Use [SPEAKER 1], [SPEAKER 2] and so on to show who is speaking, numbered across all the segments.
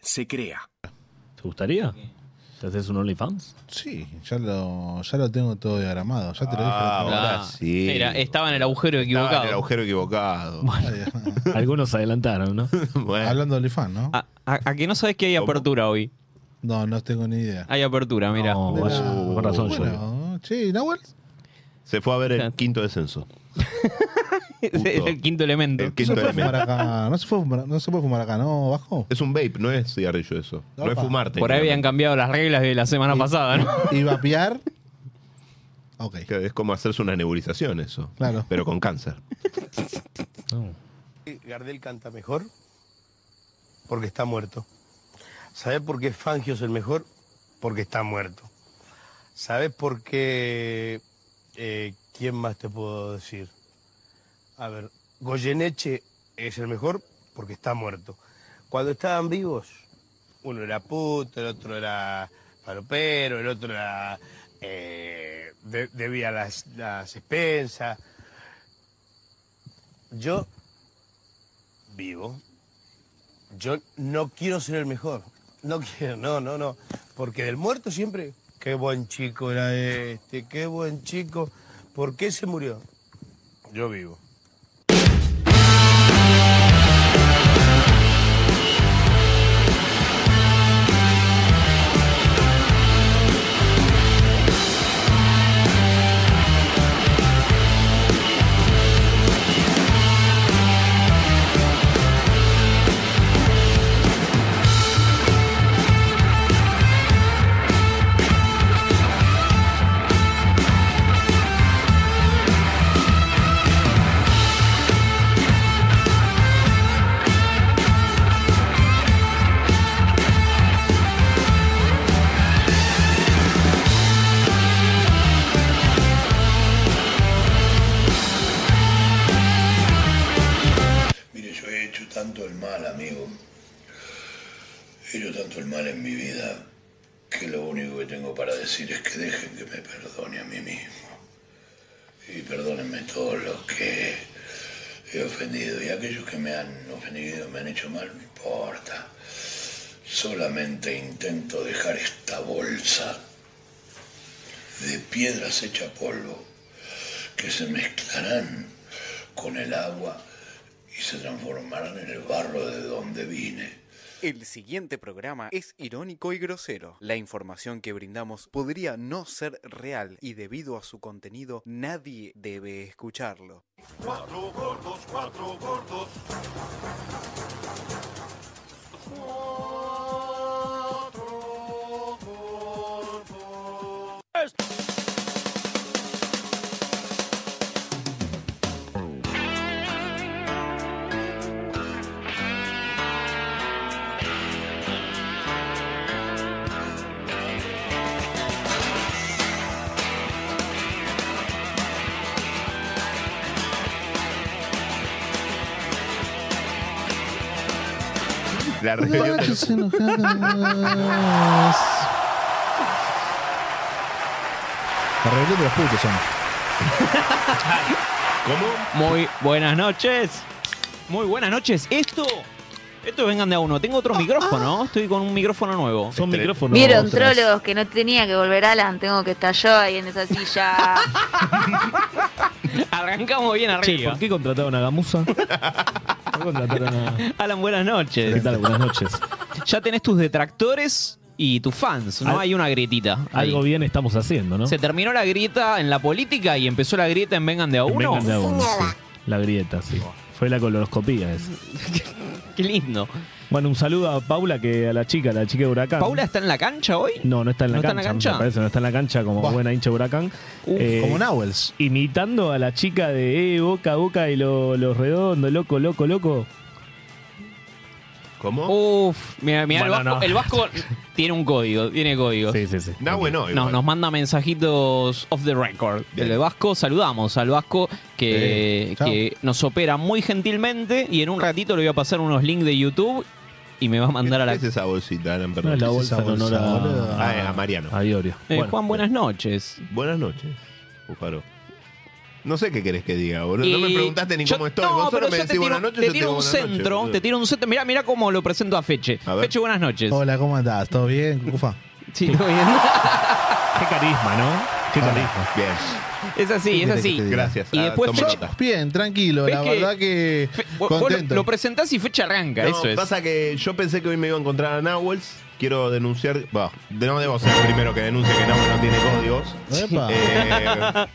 [SPEAKER 1] se crea.
[SPEAKER 2] ¿Te gustaría? ¿Te haces un OnlyFans?
[SPEAKER 3] Sí, ya lo, ya lo tengo todo diagramado. Ya te lo dije. la otra
[SPEAKER 4] ahora
[SPEAKER 5] Ah,
[SPEAKER 4] sí.
[SPEAKER 5] Mira, estaba en el agujero
[SPEAKER 4] Estaba
[SPEAKER 5] equivocado.
[SPEAKER 4] en el agujero equivocado.
[SPEAKER 3] vez.
[SPEAKER 2] Algunos adelantaron, ¿no?
[SPEAKER 4] Bueno.
[SPEAKER 3] Hablando de OnlyFans, ¿no?
[SPEAKER 5] A, a- a que no sabes que hay
[SPEAKER 4] ¿Cómo?
[SPEAKER 5] apertura hoy.
[SPEAKER 3] No, no tengo ni idea.
[SPEAKER 5] Hay apertura, mira.
[SPEAKER 2] No,
[SPEAKER 3] Mirá.
[SPEAKER 2] vaya, con razón yo.
[SPEAKER 3] Bueno, sí, Nahuel.
[SPEAKER 4] Se fue a ver el quinto descenso.
[SPEAKER 5] es el quinto elemento.
[SPEAKER 4] El
[SPEAKER 3] No
[SPEAKER 4] quinto
[SPEAKER 3] se puede fumar
[SPEAKER 4] elemento.
[SPEAKER 3] acá. No se puede fumar, no se puede fumar acá, ¿no, Bajo?
[SPEAKER 4] Es un vape, no es cigarrillo eso. No es
[SPEAKER 3] Opa.
[SPEAKER 4] fumarte.
[SPEAKER 5] Por ahí habían cambiado las reglas de la semana pasada, ¿no?
[SPEAKER 3] ¿Y vapear? Ok.
[SPEAKER 4] Que Es como hacerse una nebulización eso.
[SPEAKER 3] Claro.
[SPEAKER 4] Pero con cáncer.
[SPEAKER 2] No.
[SPEAKER 6] Gardel canta mejor porque está muerto. ¿Sabes por qué Fangio es el mejor? Porque está muerto. ¿Sabes por qué... eh, ¿Quién más te puedo decir? A ver, Goyeneche es el mejor porque está muerto. Cuando estaban vivos, uno era puto, el otro era palopero, el otro era... eh, de- debía las, las expensas. Yo vivo. Yo no quiero ser el mejor. No quiero, no, no, no. Porque del muerto siempre, qué buen chico era este, qué buen chico. ¿Por qué se murió? Yo vivo.
[SPEAKER 7] Mire, yo he hecho tanto el mal, amigo. He hecho tanto el mal en mi vida que lo único que tengo para decir es que dejen que me perdone a mí mismo. Y perdónenme todos los que he ofendido. Y aquellos que me han ofendido, me han hecho mal, no importa. Solamente intento dejar esta bolsa de piedras hecha polvo que se mezclarán con el agua y se transformarán en el barro de donde vine.
[SPEAKER 1] El siguiente programa es irónico y grosero. La información que brindamos podría no ser real y debido a su contenido nadie debe escucharlo.
[SPEAKER 4] La rebelión de los-
[SPEAKER 3] Machos enojados. La rebelión de los putos son.
[SPEAKER 4] ¿Cómo?
[SPEAKER 5] Muy buenas noches. Muy buenas noches. Esto. Esto vengan de a uno. Tengo otro micrófono. Estoy con un micrófono nuevo.
[SPEAKER 2] Ah, Son
[SPEAKER 4] Este-
[SPEAKER 2] micrófonos.
[SPEAKER 8] Vieron,
[SPEAKER 2] otras.
[SPEAKER 8] trolos, que no tenía que volver Alan, tengo que estar yo ahí en esa silla.
[SPEAKER 5] Arrancamos bien
[SPEAKER 2] Che,
[SPEAKER 5] arriba.
[SPEAKER 2] ¿por qué contrataron a Gamusa? ¿Por qué contrataron a.?
[SPEAKER 5] Alan, buenas
[SPEAKER 2] ¿Qué
[SPEAKER 5] noches.
[SPEAKER 2] tal? Buenas noches.
[SPEAKER 5] Ya tenés tus detractores y tus fans. No
[SPEAKER 2] Al-
[SPEAKER 5] hay una grietita. ahí.
[SPEAKER 2] Algo bien estamos haciendo, ¿no?
[SPEAKER 5] Se terminó la grieta en la política y empezó la grieta en Vengan de a uno.
[SPEAKER 2] Vengan de a uno, sí. La grieta, sí. Fue la coloroscopía esa.
[SPEAKER 5] Qué lindo.
[SPEAKER 2] Bueno, un saludo a Paula, que a la chica, la chica de Huracán.
[SPEAKER 5] ¿Paula está en la cancha hoy?
[SPEAKER 2] No, no está en la
[SPEAKER 5] ¿No está en
[SPEAKER 2] cancha.
[SPEAKER 5] la
[SPEAKER 2] Me
[SPEAKER 5] cancha?
[SPEAKER 2] parece, no está en la cancha como
[SPEAKER 3] Buah.
[SPEAKER 2] buena hincha de Huracán.
[SPEAKER 5] Uf,
[SPEAKER 2] Eh,
[SPEAKER 3] Como Nahuels.
[SPEAKER 2] Imitando a la chica de eh, Boca, Boca y lo- los redondos, loco, loco, loco.
[SPEAKER 4] ¿Cómo?
[SPEAKER 5] Uf, mira, mira,
[SPEAKER 2] Bueno,
[SPEAKER 5] el, vasco,
[SPEAKER 2] no.
[SPEAKER 5] el Vasco tiene un código, tiene códigos.
[SPEAKER 2] Sí, sí, sí.
[SPEAKER 4] Nahue no,
[SPEAKER 5] No,
[SPEAKER 4] igual.
[SPEAKER 5] nos manda mensajitos off the record.
[SPEAKER 4] Bien.
[SPEAKER 5] El Vasco, saludamos al Vasco que,
[SPEAKER 3] Sí, chao.
[SPEAKER 5] que nos opera muy gentilmente y en un ratito le voy a pasar unos links de YouTube y me va a mandar a la...
[SPEAKER 4] ¿Qué es esa bolsita, Alan?
[SPEAKER 2] No
[SPEAKER 4] Perdón.
[SPEAKER 2] es la
[SPEAKER 3] esa
[SPEAKER 2] bolsa en
[SPEAKER 3] bolsa,
[SPEAKER 2] honor
[SPEAKER 3] boludo?
[SPEAKER 2] a,
[SPEAKER 4] Ah, a Mariano.
[SPEAKER 2] a Iorio.
[SPEAKER 5] Eh,
[SPEAKER 2] Bueno,
[SPEAKER 5] Juan, buenas noches.
[SPEAKER 4] Buenas noches. Bufaro. No sé qué querés que diga, boludo. No me
[SPEAKER 5] Y
[SPEAKER 4] preguntaste ni
[SPEAKER 5] yo-
[SPEAKER 4] cómo estoy.
[SPEAKER 5] No,
[SPEAKER 4] Vos
[SPEAKER 5] pero
[SPEAKER 4] solo me
[SPEAKER 5] yo te
[SPEAKER 4] decís
[SPEAKER 5] tiro,
[SPEAKER 4] buenas noches,
[SPEAKER 5] te
[SPEAKER 4] yo
[SPEAKER 5] tiro un
[SPEAKER 4] digo buenas noches,
[SPEAKER 5] centro,
[SPEAKER 4] boludo.
[SPEAKER 5] te tiro un centro. Mirá, mirá cómo lo presento a Feche.
[SPEAKER 4] A ver.
[SPEAKER 5] Feche, buenas noches.
[SPEAKER 3] Hola, ¿cómo andás? ¿Todo bien, Cucufa?
[SPEAKER 5] Sí, todo bien.
[SPEAKER 2] Qué carisma, ¿no? Qué carisma.
[SPEAKER 4] Bien,
[SPEAKER 5] es así,
[SPEAKER 3] ¿Qué
[SPEAKER 5] es
[SPEAKER 3] querés que
[SPEAKER 5] así.
[SPEAKER 3] te diga?
[SPEAKER 4] gracias.
[SPEAKER 5] Y
[SPEAKER 4] Ah,
[SPEAKER 5] después
[SPEAKER 4] tomo
[SPEAKER 5] fecha-
[SPEAKER 4] nota.
[SPEAKER 3] Bien, tranquilo,
[SPEAKER 5] ¿Ves
[SPEAKER 3] la
[SPEAKER 5] que-
[SPEAKER 3] verdad que
[SPEAKER 5] Fe- vos- vos
[SPEAKER 3] contento.
[SPEAKER 5] lo, lo presentás y Feche arranca,
[SPEAKER 4] No,
[SPEAKER 5] eso es.
[SPEAKER 4] Pasa que yo pensé que hoy me iba a encontrar a Nahuels. Quiero denunciar. Bah, de- no debo ser el primero que denuncie que Nahuel no tiene códigos.
[SPEAKER 3] Epa.
[SPEAKER 4] Eh,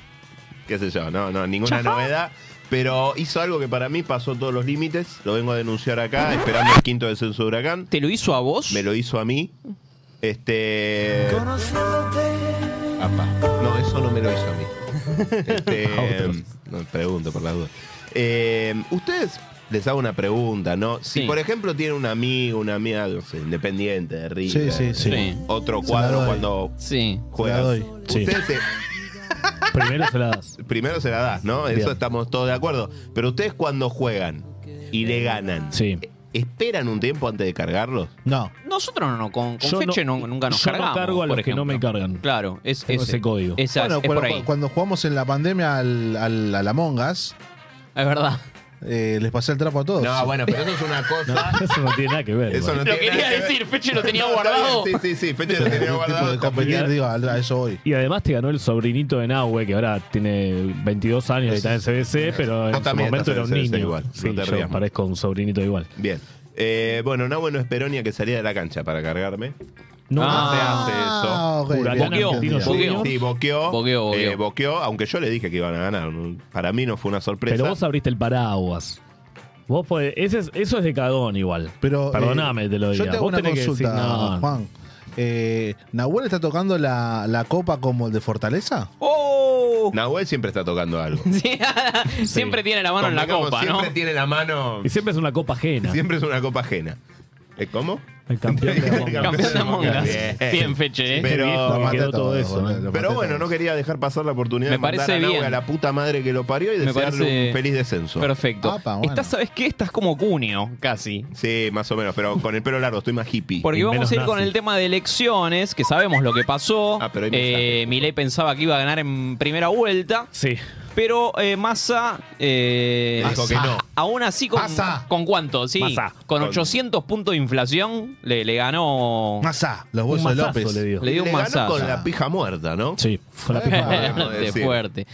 [SPEAKER 4] qué sé yo, no, no, ninguna novedad. Pero hizo algo que para mí pasó todos los límites. Lo vengo a denunciar acá, esperando el quinto descenso de Huracán.
[SPEAKER 5] ¿Te lo hizo a vos?
[SPEAKER 4] Me lo hizo a mí. Este. Apa. No, eso no me lo hizo a mí. Este, no, pregunto por la duda. Eh, Ustedes les hago una pregunta, ¿no? Si,
[SPEAKER 5] Sí.
[SPEAKER 4] por ejemplo, tiene un amigo, una amiga, no sé, independiente de River,
[SPEAKER 3] Sí, sí, sí.
[SPEAKER 5] Sí.
[SPEAKER 4] otro
[SPEAKER 3] Se la
[SPEAKER 4] cuadro
[SPEAKER 3] doy.
[SPEAKER 4] cuando
[SPEAKER 5] Sí.
[SPEAKER 4] juegas.
[SPEAKER 3] la doy.
[SPEAKER 2] Sí.
[SPEAKER 4] Ustedes se-
[SPEAKER 2] Primero se la das.
[SPEAKER 4] primero se la das, ¿no?
[SPEAKER 2] Bien.
[SPEAKER 4] Eso estamos todos de acuerdo. Pero ustedes cuando juegan y le ganan,
[SPEAKER 2] Sí.
[SPEAKER 4] ¿esperan un tiempo antes de cargarlos?
[SPEAKER 3] No,
[SPEAKER 5] Nosotros no, con, con
[SPEAKER 2] Yo
[SPEAKER 5] Feche
[SPEAKER 2] no-
[SPEAKER 5] no- nunca nos
[SPEAKER 2] yo no
[SPEAKER 5] cargamos.
[SPEAKER 2] cargo a los
[SPEAKER 5] por
[SPEAKER 2] que no me
[SPEAKER 5] ejemplo.
[SPEAKER 2] cargan.
[SPEAKER 5] Claro, es,
[SPEAKER 2] Tengo
[SPEAKER 5] es-
[SPEAKER 2] ese código.
[SPEAKER 5] esa-
[SPEAKER 3] bueno,
[SPEAKER 5] es
[SPEAKER 3] cuando,
[SPEAKER 5] por ahí.
[SPEAKER 3] cuando jugamos en la pandemia al, al, al Among Us,
[SPEAKER 5] Es verdad.
[SPEAKER 3] eh, les pasé el trapo a todos.
[SPEAKER 4] No, bueno, pero eso es una cosa.
[SPEAKER 2] Eso no tiene nada que ver.
[SPEAKER 4] Eso
[SPEAKER 2] igual.
[SPEAKER 4] no
[SPEAKER 5] Lo
[SPEAKER 4] tiene
[SPEAKER 5] quería
[SPEAKER 4] nada que ver.
[SPEAKER 5] decir, Feche lo tenía
[SPEAKER 4] No, está
[SPEAKER 5] guardado.
[SPEAKER 4] bien, Sí, sí, sí, Feche lo tenía
[SPEAKER 3] tipo
[SPEAKER 4] guardado.
[SPEAKER 3] de
[SPEAKER 4] está bien.
[SPEAKER 3] competir, digo, a, a eso voy.
[SPEAKER 2] Y además te ganó el sobrinito de Nahue, que ahora tiene 22 años y está en CBC, pero en su
[SPEAKER 4] también
[SPEAKER 2] momento era
[SPEAKER 4] estás
[SPEAKER 2] un
[SPEAKER 4] en CBC
[SPEAKER 2] niño.
[SPEAKER 4] igual, no
[SPEAKER 2] sí,
[SPEAKER 4] te
[SPEAKER 2] yo
[SPEAKER 4] rías.
[SPEAKER 2] parezco un sobrinito igual.
[SPEAKER 4] Bien. Eh, bueno, Nahue no esperó ni a que saliera de la cancha para cargarme.
[SPEAKER 2] No,
[SPEAKER 5] Ah,
[SPEAKER 4] se hace eso.
[SPEAKER 3] Ah, ok,
[SPEAKER 2] Huracán
[SPEAKER 3] bien,
[SPEAKER 5] Boqueó,
[SPEAKER 3] entendido.
[SPEAKER 2] Argentino
[SPEAKER 5] boqueó.
[SPEAKER 2] Juniors.
[SPEAKER 4] Sí, boqueó.
[SPEAKER 5] Boqueó, boqueó.
[SPEAKER 4] eh, boqueó, aunque yo le dije que iban a ganar. Para mí no fue una sorpresa.
[SPEAKER 2] Pero vos abriste el paraguas. Vos podés- ese es- eso es de cagón igual.
[SPEAKER 3] Pero, eh,
[SPEAKER 2] Perdóname, te lo digo.
[SPEAKER 3] Yo te hago
[SPEAKER 2] Vos
[SPEAKER 3] una
[SPEAKER 2] tenés que
[SPEAKER 3] consulta,
[SPEAKER 2] decir, no.
[SPEAKER 3] Juan. Eh, ¿Nahuel está tocando la, la copa como el de Fortaleza?
[SPEAKER 5] ¡Oh!
[SPEAKER 4] Nahuel siempre está tocando algo.
[SPEAKER 5] Sí, Siempre tiene la mano en la
[SPEAKER 4] Convengamos,
[SPEAKER 5] copa, ¿no?
[SPEAKER 4] siempre tiene la mano.
[SPEAKER 2] Y siempre es una copa ajena.
[SPEAKER 4] Siempre es una copa ajena. ¿Eh, ¿Cómo?
[SPEAKER 2] El campeón de la Copa.
[SPEAKER 5] Campeón de Among Us.
[SPEAKER 4] Bien.
[SPEAKER 5] Bien, Feche, ¿eh?
[SPEAKER 4] Pero-
[SPEAKER 2] Qué viejo que
[SPEAKER 3] maté
[SPEAKER 2] quedó
[SPEAKER 3] a
[SPEAKER 2] todo
[SPEAKER 3] todos,
[SPEAKER 2] eso,
[SPEAKER 3] boludo,
[SPEAKER 2] ¿eh?
[SPEAKER 3] lo maté
[SPEAKER 4] Pero
[SPEAKER 3] a
[SPEAKER 4] bueno, no
[SPEAKER 3] todos.
[SPEAKER 4] quería dejar pasar la oportunidad
[SPEAKER 5] Me
[SPEAKER 4] de mandar
[SPEAKER 5] parece
[SPEAKER 4] a Nahue
[SPEAKER 5] bien.
[SPEAKER 4] a la puta madre que lo parió y
[SPEAKER 5] Me
[SPEAKER 4] desearle
[SPEAKER 5] parece-
[SPEAKER 4] un feliz descenso.
[SPEAKER 5] Perfecto.
[SPEAKER 3] Apa, bueno.
[SPEAKER 5] Estás, ¿sabes qué? Estás como Cuneo, casi.
[SPEAKER 4] Sí, más o menos, pero con el pelo largo, estoy más hippie.
[SPEAKER 5] Porque
[SPEAKER 2] Y
[SPEAKER 5] vamos
[SPEAKER 2] menos
[SPEAKER 5] a ir con
[SPEAKER 2] nazi.
[SPEAKER 5] el tema de elecciones, que sabemos lo que pasó.
[SPEAKER 4] Ah, pero hay
[SPEAKER 5] eh, Milei pensaba que iba a ganar en primera vuelta,
[SPEAKER 2] Sí.
[SPEAKER 5] pero eh, Massa... eh,
[SPEAKER 4] Le dijo que no.
[SPEAKER 5] Aún así, con,
[SPEAKER 3] Massa.
[SPEAKER 5] ¿con cuánto? Sí,
[SPEAKER 2] Massa.
[SPEAKER 5] con
[SPEAKER 4] Con-
[SPEAKER 5] 800 puntos de inflación le, le ganó...
[SPEAKER 3] Masá, los
[SPEAKER 2] Un
[SPEAKER 3] huesos de
[SPEAKER 2] masazo
[SPEAKER 3] López.
[SPEAKER 2] le dio.
[SPEAKER 5] Le dio un
[SPEAKER 4] ganó
[SPEAKER 5] masazo.
[SPEAKER 4] con la pija muerta, ¿no?
[SPEAKER 2] Sí, fue la
[SPEAKER 3] Epa.
[SPEAKER 2] primera.
[SPEAKER 4] Ah,
[SPEAKER 5] de
[SPEAKER 4] decir.
[SPEAKER 5] fuerte.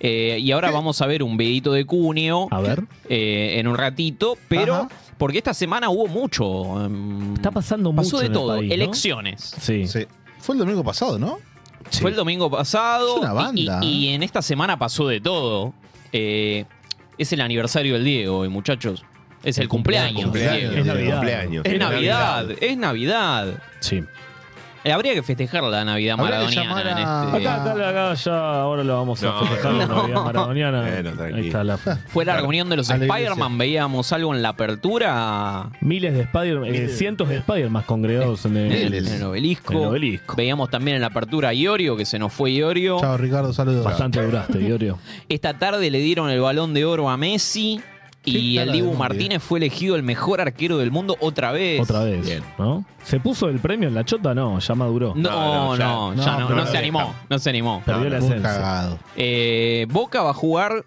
[SPEAKER 5] Eh, y ahora vamos a ver un videito de Cuneo
[SPEAKER 2] A ver.
[SPEAKER 5] eh, en un ratito, pero
[SPEAKER 3] Ajá.
[SPEAKER 5] porque esta semana hubo mucho. em,
[SPEAKER 2] Está pasando
[SPEAKER 5] pasó
[SPEAKER 2] mucho
[SPEAKER 5] de
[SPEAKER 2] en el
[SPEAKER 5] todo.
[SPEAKER 2] país, ¿no?
[SPEAKER 5] Elecciones.
[SPEAKER 2] Sí.
[SPEAKER 3] Sí. Fue el domingo pasado, ¿no?
[SPEAKER 2] sí.
[SPEAKER 5] Fue el domingo pasado.
[SPEAKER 3] Es una banda,
[SPEAKER 5] y, y-
[SPEAKER 3] ¿eh?
[SPEAKER 5] y en esta semana pasó de todo. Eh, es el aniversario del Diego hoy, muchachos. Es el,
[SPEAKER 2] El
[SPEAKER 5] cumpleaños. del
[SPEAKER 4] Cumpleaños,
[SPEAKER 5] Diego.
[SPEAKER 2] Es
[SPEAKER 4] de
[SPEAKER 2] Navidad.
[SPEAKER 4] cumpleaños.
[SPEAKER 5] Es Navidad, es Navidad.
[SPEAKER 2] Sí.
[SPEAKER 5] Eh, habría que festejar la Navidad
[SPEAKER 3] Habría que
[SPEAKER 5] maradoniana en
[SPEAKER 3] llamar a-
[SPEAKER 5] este.
[SPEAKER 2] Acá, acá, acá, ya ahora lo vamos a
[SPEAKER 4] No,
[SPEAKER 2] festejar con
[SPEAKER 5] no.
[SPEAKER 2] Navidad Maradoniana.
[SPEAKER 4] Bueno, tranquilo.
[SPEAKER 2] Ahí está la.
[SPEAKER 5] Fue la reunión de los
[SPEAKER 3] A la iglesia.
[SPEAKER 5] Spider-Man, veíamos algo en la apertura.
[SPEAKER 2] Miles de Spider, eh, cientos de Spider más congregados en el,
[SPEAKER 5] En el, en el obelisco.
[SPEAKER 2] En el obelisco.
[SPEAKER 5] Veíamos también en la apertura a Iorio, que se nos fue Iorio.
[SPEAKER 3] Chao, Ricardo, saludos.
[SPEAKER 2] Bastante duraste, Diorio.
[SPEAKER 5] Esta tarde le dieron el balón de oro a Messi. Y
[SPEAKER 3] cara
[SPEAKER 5] el
[SPEAKER 3] de
[SPEAKER 5] Dibu
[SPEAKER 3] zombie.
[SPEAKER 5] Martínez fue elegido el mejor arquero del mundo otra vez.
[SPEAKER 2] Otra vez,
[SPEAKER 4] Bien.
[SPEAKER 2] ¿no? ¿Se puso el premio en la chota? No, ya maduró.
[SPEAKER 5] No,
[SPEAKER 4] No, no,
[SPEAKER 5] no,
[SPEAKER 4] ya-
[SPEAKER 5] no, ya, no,
[SPEAKER 3] no,
[SPEAKER 5] no
[SPEAKER 4] no
[SPEAKER 5] se
[SPEAKER 4] lo
[SPEAKER 5] animó.
[SPEAKER 4] dejan.
[SPEAKER 5] No se animó.
[SPEAKER 2] Perdió
[SPEAKER 4] no,
[SPEAKER 2] la
[SPEAKER 3] Muy
[SPEAKER 2] esencia.
[SPEAKER 3] cagado.
[SPEAKER 5] Eh, Boca va a jugar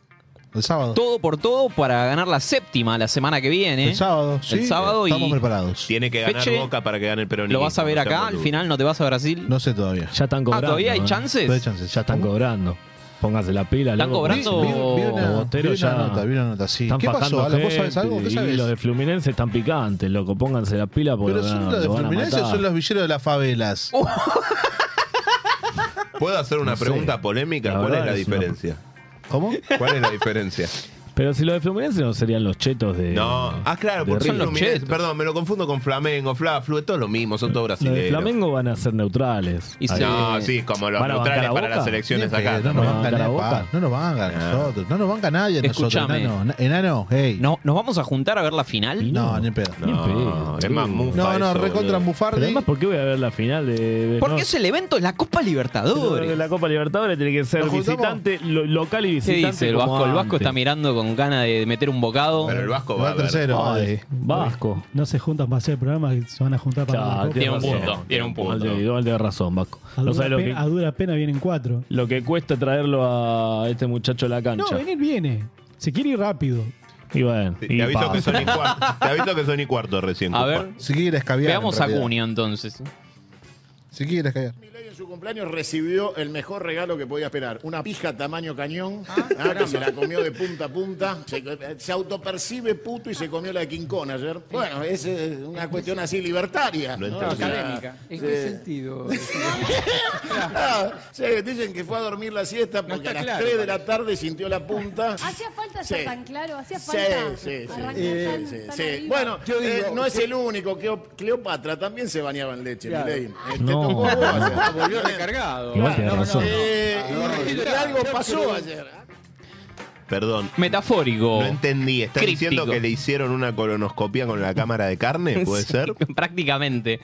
[SPEAKER 3] El sábado.
[SPEAKER 5] todo por todo para ganar la séptima la semana que viene.
[SPEAKER 3] El sábado, sí.
[SPEAKER 5] sábado y-
[SPEAKER 3] Estamos preparados.
[SPEAKER 4] Tiene que ganar
[SPEAKER 5] Feche,
[SPEAKER 4] Boca para que gane el peronismo.
[SPEAKER 5] Lo vas a ver
[SPEAKER 4] no seas
[SPEAKER 5] acá, al
[SPEAKER 4] boludo.
[SPEAKER 5] final no te vas a Brasil.
[SPEAKER 3] No sé todavía.
[SPEAKER 2] Ya están
[SPEAKER 5] ah,
[SPEAKER 2] cobrando.
[SPEAKER 5] todavía hay
[SPEAKER 2] ¿eh?
[SPEAKER 5] chances.
[SPEAKER 3] No hay chances.
[SPEAKER 2] Ya están cobrando. Pónganse la pila.
[SPEAKER 5] ¿Están
[SPEAKER 2] loco.
[SPEAKER 5] cobrando?
[SPEAKER 3] Vi, vi- vi
[SPEAKER 5] Los
[SPEAKER 3] una, vi
[SPEAKER 2] boteros
[SPEAKER 3] una
[SPEAKER 2] ya
[SPEAKER 3] nota, vi una nota, sí.
[SPEAKER 2] Están
[SPEAKER 3] ¿Qué pasó?
[SPEAKER 2] fajando
[SPEAKER 3] Ala? ¿Vos
[SPEAKER 2] gente
[SPEAKER 3] sabés algo? ¿Qué
[SPEAKER 2] y
[SPEAKER 3] sabés?
[SPEAKER 2] los de Fluminense están picantes, loco. Pónganse la pila porque
[SPEAKER 3] ¿Pero
[SPEAKER 2] lo van
[SPEAKER 3] son
[SPEAKER 2] a-
[SPEAKER 3] los de
[SPEAKER 2] lo van a
[SPEAKER 3] Fluminense o
[SPEAKER 2] matar.
[SPEAKER 3] son los villeros de las favelas?
[SPEAKER 4] ¿Puedo hacer una
[SPEAKER 2] No sé.
[SPEAKER 4] pregunta polémica?
[SPEAKER 2] La
[SPEAKER 4] ¿Cuál es
[SPEAKER 2] verdad
[SPEAKER 4] la
[SPEAKER 2] es una-
[SPEAKER 4] diferencia?
[SPEAKER 3] ¿Cómo?
[SPEAKER 4] ¿Cuál es la diferencia?
[SPEAKER 2] Pero si los de Fluminense no serían los chetos de.
[SPEAKER 4] No, ah, claro,
[SPEAKER 2] de
[SPEAKER 4] porque son
[SPEAKER 2] River.
[SPEAKER 4] los
[SPEAKER 5] chetos.
[SPEAKER 4] Perdón, me lo confundo con Flamengo, Fla, Flu, es todo lo mismo, son todos
[SPEAKER 2] Los de
[SPEAKER 4] brasileños.
[SPEAKER 2] Flamengo van a ser neutrales.
[SPEAKER 5] Y
[SPEAKER 2] Ahí.
[SPEAKER 5] se-
[SPEAKER 4] No, sí, como los
[SPEAKER 2] ¿Van a bancar
[SPEAKER 4] neutrales
[SPEAKER 2] a
[SPEAKER 4] para
[SPEAKER 2] Boca?
[SPEAKER 4] las elecciones
[SPEAKER 3] Bien,
[SPEAKER 4] acá.
[SPEAKER 3] pero No
[SPEAKER 2] ¿no?
[SPEAKER 3] nos van a ganar,
[SPEAKER 2] ¿Bancan a
[SPEAKER 3] pa.
[SPEAKER 2] Boca?
[SPEAKER 3] No nos van a ganar
[SPEAKER 4] Ah.
[SPEAKER 3] nosotros. No nos van a nadie a nosotros.
[SPEAKER 5] Escuchame.
[SPEAKER 3] Enano, Na- enano, hey.
[SPEAKER 5] No, nos vamos a juntar a ver la final.
[SPEAKER 3] No, ni en pedo.
[SPEAKER 2] Ni en pedo,
[SPEAKER 4] No, es más
[SPEAKER 2] boludo.
[SPEAKER 4] mufa
[SPEAKER 3] No,
[SPEAKER 4] eso,
[SPEAKER 3] no,
[SPEAKER 4] boludo.
[SPEAKER 3] recontra
[SPEAKER 2] Mm. Pero
[SPEAKER 3] Mufardi.
[SPEAKER 2] además, ¿por qué voy a ver la final de.? de-
[SPEAKER 5] Porque
[SPEAKER 2] no?
[SPEAKER 5] es el evento, es la Copa
[SPEAKER 2] Yo creo que
[SPEAKER 5] Libertadores.
[SPEAKER 2] La Copa Libertadores tiene que ser
[SPEAKER 3] ¿Nos juntamos?
[SPEAKER 2] visitante, lo- local y
[SPEAKER 5] ¿Qué
[SPEAKER 2] visitante.
[SPEAKER 5] dice el
[SPEAKER 2] como
[SPEAKER 5] Vasco? El Vasco
[SPEAKER 2] antes.
[SPEAKER 5] está mirando con con ganas de meter un bocado.
[SPEAKER 4] Pero el Vasco
[SPEAKER 3] Va
[SPEAKER 4] va a ver.
[SPEAKER 3] tercero. Ay.
[SPEAKER 2] Vasco.
[SPEAKER 9] No se juntan para hacer programas, se van a juntar para.
[SPEAKER 2] Claro,
[SPEAKER 9] una copa.
[SPEAKER 5] tiene un
[SPEAKER 2] razón.
[SPEAKER 5] punto, tiene un punto.
[SPEAKER 2] Igual de- Igual de razón, Vasco.
[SPEAKER 9] a,
[SPEAKER 2] No
[SPEAKER 9] dura
[SPEAKER 2] sabes lo
[SPEAKER 9] pena,
[SPEAKER 2] que,
[SPEAKER 9] a dura pena vienen cuatro.
[SPEAKER 2] lo que cuesta traerlo a este muchacho a la
[SPEAKER 9] No,
[SPEAKER 2] cancha.
[SPEAKER 9] venir viene. Se quiere ir rápido.
[SPEAKER 2] y bueno,
[SPEAKER 4] Te,
[SPEAKER 2] y
[SPEAKER 4] te aviso que
[SPEAKER 2] pasa.
[SPEAKER 4] son y cuarto. Te aviso que son y cuarto recién.
[SPEAKER 5] A
[SPEAKER 4] Cupa.
[SPEAKER 5] ver,
[SPEAKER 3] Si quiere escabiar.
[SPEAKER 5] veamos
[SPEAKER 3] en
[SPEAKER 5] a
[SPEAKER 3] realidad.
[SPEAKER 5] Cunio entonces.
[SPEAKER 3] Si quiere escabiar.
[SPEAKER 10] Milei en su cumpleaños recibió el mejor regalo que podía esperar. Una pija tamaño cañón, ah, que se la comió de punta a punta. Se, se autopercibe puto y se comió la de King Kong ayer. Bueno, es eh, una cuestión así libertaria.
[SPEAKER 4] No
[SPEAKER 10] ¿no?
[SPEAKER 4] entendí.
[SPEAKER 10] O sea,
[SPEAKER 11] ¿En
[SPEAKER 10] sí.
[SPEAKER 11] qué sentido?
[SPEAKER 10] Ah, sí, dicen que fue a dormir la siesta porque
[SPEAKER 11] está
[SPEAKER 10] a las
[SPEAKER 11] claro,
[SPEAKER 10] 3 de la tarde sintió la punta.
[SPEAKER 12] Hacía falta
[SPEAKER 10] Sí.
[SPEAKER 12] ser tan claro, hacía
[SPEAKER 10] Sí,
[SPEAKER 12] falta.
[SPEAKER 10] sí, sí.
[SPEAKER 12] arrancar
[SPEAKER 10] Eh,
[SPEAKER 12] tan-
[SPEAKER 10] sí,
[SPEAKER 12] tan
[SPEAKER 10] sí.
[SPEAKER 12] arriba.
[SPEAKER 10] Bueno,
[SPEAKER 11] Yo
[SPEAKER 10] eh,
[SPEAKER 11] digo,
[SPEAKER 10] no es
[SPEAKER 11] yo-
[SPEAKER 10] el único. Cleo- Cleopatra también se bañaba en leche,
[SPEAKER 11] Claro.
[SPEAKER 10] Milei. Eh, te
[SPEAKER 2] No.
[SPEAKER 10] tocó a vos, ¿eh? o sea,
[SPEAKER 11] Volvió
[SPEAKER 10] volvió a-
[SPEAKER 11] recargado.
[SPEAKER 2] Igual
[SPEAKER 10] Claro,
[SPEAKER 2] tiene razón.
[SPEAKER 10] Eh, y- y algo pasó ayer.
[SPEAKER 4] Perdón.
[SPEAKER 5] Metafórico.
[SPEAKER 4] No entendí. ¿Estás
[SPEAKER 5] Críptico.
[SPEAKER 4] diciendo que le hicieron una colonoscopía con la cámara de carne? ¿Puede
[SPEAKER 5] Sí,
[SPEAKER 4] ser?
[SPEAKER 5] Prácticamente.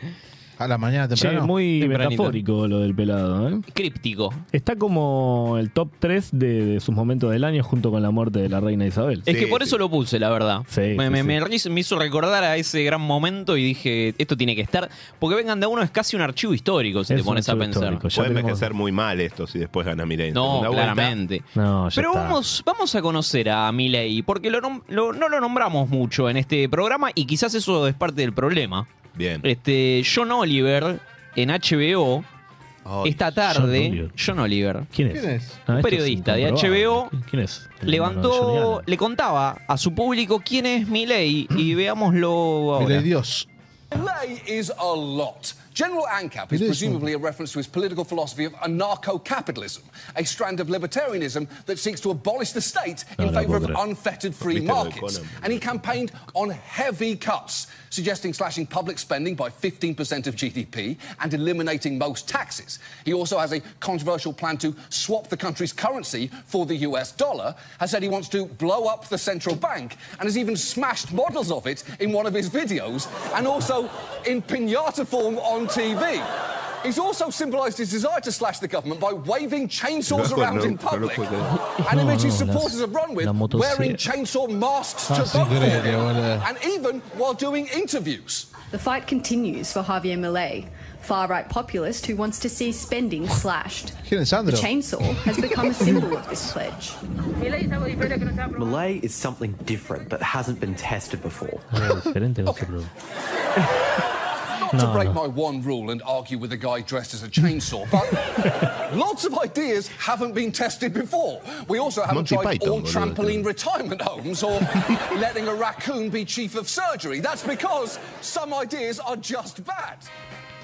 [SPEAKER 3] A la mañana
[SPEAKER 2] Che,
[SPEAKER 3] temprano.
[SPEAKER 2] muy
[SPEAKER 5] Tempranito.
[SPEAKER 2] metafórico lo del pelado, ¿eh?
[SPEAKER 5] Críptico.
[SPEAKER 2] Está como el top 3 de, de sus momentos del año junto con la muerte de la reina Isabel.
[SPEAKER 5] Es
[SPEAKER 4] Sí,
[SPEAKER 5] que por
[SPEAKER 4] sí.
[SPEAKER 5] eso lo puse, la verdad.
[SPEAKER 2] Sí,
[SPEAKER 5] me,
[SPEAKER 2] sí,
[SPEAKER 5] me-
[SPEAKER 2] sí.
[SPEAKER 5] me hizo- me hizo recordar a ese gran momento y dije, esto tiene que estar. Porque vengan de a uno es casi un archivo histórico, si
[SPEAKER 2] Es
[SPEAKER 5] te
[SPEAKER 2] un
[SPEAKER 5] pones a
[SPEAKER 2] archivo
[SPEAKER 5] pensar.
[SPEAKER 2] histórico, ya
[SPEAKER 4] Puede
[SPEAKER 2] tenemos-
[SPEAKER 4] envejecer muy mal esto si después gana Mireille.
[SPEAKER 5] No,
[SPEAKER 4] Segunda vuelta.
[SPEAKER 5] claramente.
[SPEAKER 2] No, ya
[SPEAKER 5] Pero
[SPEAKER 2] está.
[SPEAKER 5] vamos, vamos a conocer a Milei, porque lo nom- lo- no lo nombramos mucho en este programa y quizás eso es parte del problema.
[SPEAKER 4] Bien.
[SPEAKER 5] Este, John Oliver en HBO
[SPEAKER 4] Ay,
[SPEAKER 5] esta
[SPEAKER 2] John
[SPEAKER 5] tarde,
[SPEAKER 2] Oliver.
[SPEAKER 5] John Oliver
[SPEAKER 2] ¿Quién es?
[SPEAKER 3] ¿Quién es?
[SPEAKER 2] Ah, esto
[SPEAKER 5] Un
[SPEAKER 2] es
[SPEAKER 5] periodista de
[SPEAKER 2] incomprobable.
[SPEAKER 5] HBO
[SPEAKER 2] ¿Qui- ¿Quién es? El hermano de Johnny
[SPEAKER 5] levantó,
[SPEAKER 2] Allen.
[SPEAKER 5] le contaba a su público quién es Milei y veámoslo ahora.
[SPEAKER 3] Mire Dios.
[SPEAKER 11] Lay is a lot. General ANCAP is
[SPEAKER 3] It is
[SPEAKER 11] presumably a reference to his political philosophy of anarcho capitalism, a strand of libertarianism that seeks to abolish the state
[SPEAKER 2] No,
[SPEAKER 11] in
[SPEAKER 2] no
[SPEAKER 11] favour of
[SPEAKER 2] puedo creer.
[SPEAKER 11] unfettered free
[SPEAKER 4] Viste lo de
[SPEAKER 11] markets.
[SPEAKER 4] Conan.
[SPEAKER 11] And he campaigned on heavy cuts, suggesting slashing public spending by 15% of GDP and eliminating most taxes. He also has a controversial plan to swap the country's currency for the US dollar, has said he wants to blow up the central bank, and has even smashed models of it in one of his videos, and also in pinata form on TV. He's also symbolised his desire to slash the government by waving chainsaws
[SPEAKER 4] Loco,
[SPEAKER 11] around
[SPEAKER 4] no,
[SPEAKER 11] in
[SPEAKER 4] no
[SPEAKER 11] public.
[SPEAKER 4] puedo
[SPEAKER 11] and image his
[SPEAKER 2] No, no, las-
[SPEAKER 11] supporters have run with
[SPEAKER 2] la motosierra.
[SPEAKER 11] wearing chainsaw masks to
[SPEAKER 3] Ah,
[SPEAKER 11] vote
[SPEAKER 3] sí,
[SPEAKER 11] for
[SPEAKER 3] creo que,
[SPEAKER 11] him,
[SPEAKER 3] boludo.
[SPEAKER 11] and even while doing interviews.
[SPEAKER 12] The fight continues for Javier Milei, far-right populist who wants to see spending slashed.
[SPEAKER 3] ¿Quién es Sandro?
[SPEAKER 12] Chainsaw has become a symbol of this pledge.
[SPEAKER 11] Malay is something different that hasn't been tested before.
[SPEAKER 2] Era diferente no sé, pero-
[SPEAKER 11] Not
[SPEAKER 2] No,
[SPEAKER 11] to break my
[SPEAKER 2] no.
[SPEAKER 11] one rule and argue with a guy dressed as a chainsaw, but lots of ideas haven't been tested before. We also haven't
[SPEAKER 4] Monty
[SPEAKER 11] tried
[SPEAKER 4] Python,
[SPEAKER 11] all
[SPEAKER 4] boludo,
[SPEAKER 11] trampoline
[SPEAKER 4] creo.
[SPEAKER 11] retirement homes or letting a raccoon be chief of surgery. That's because some ideas are just bad.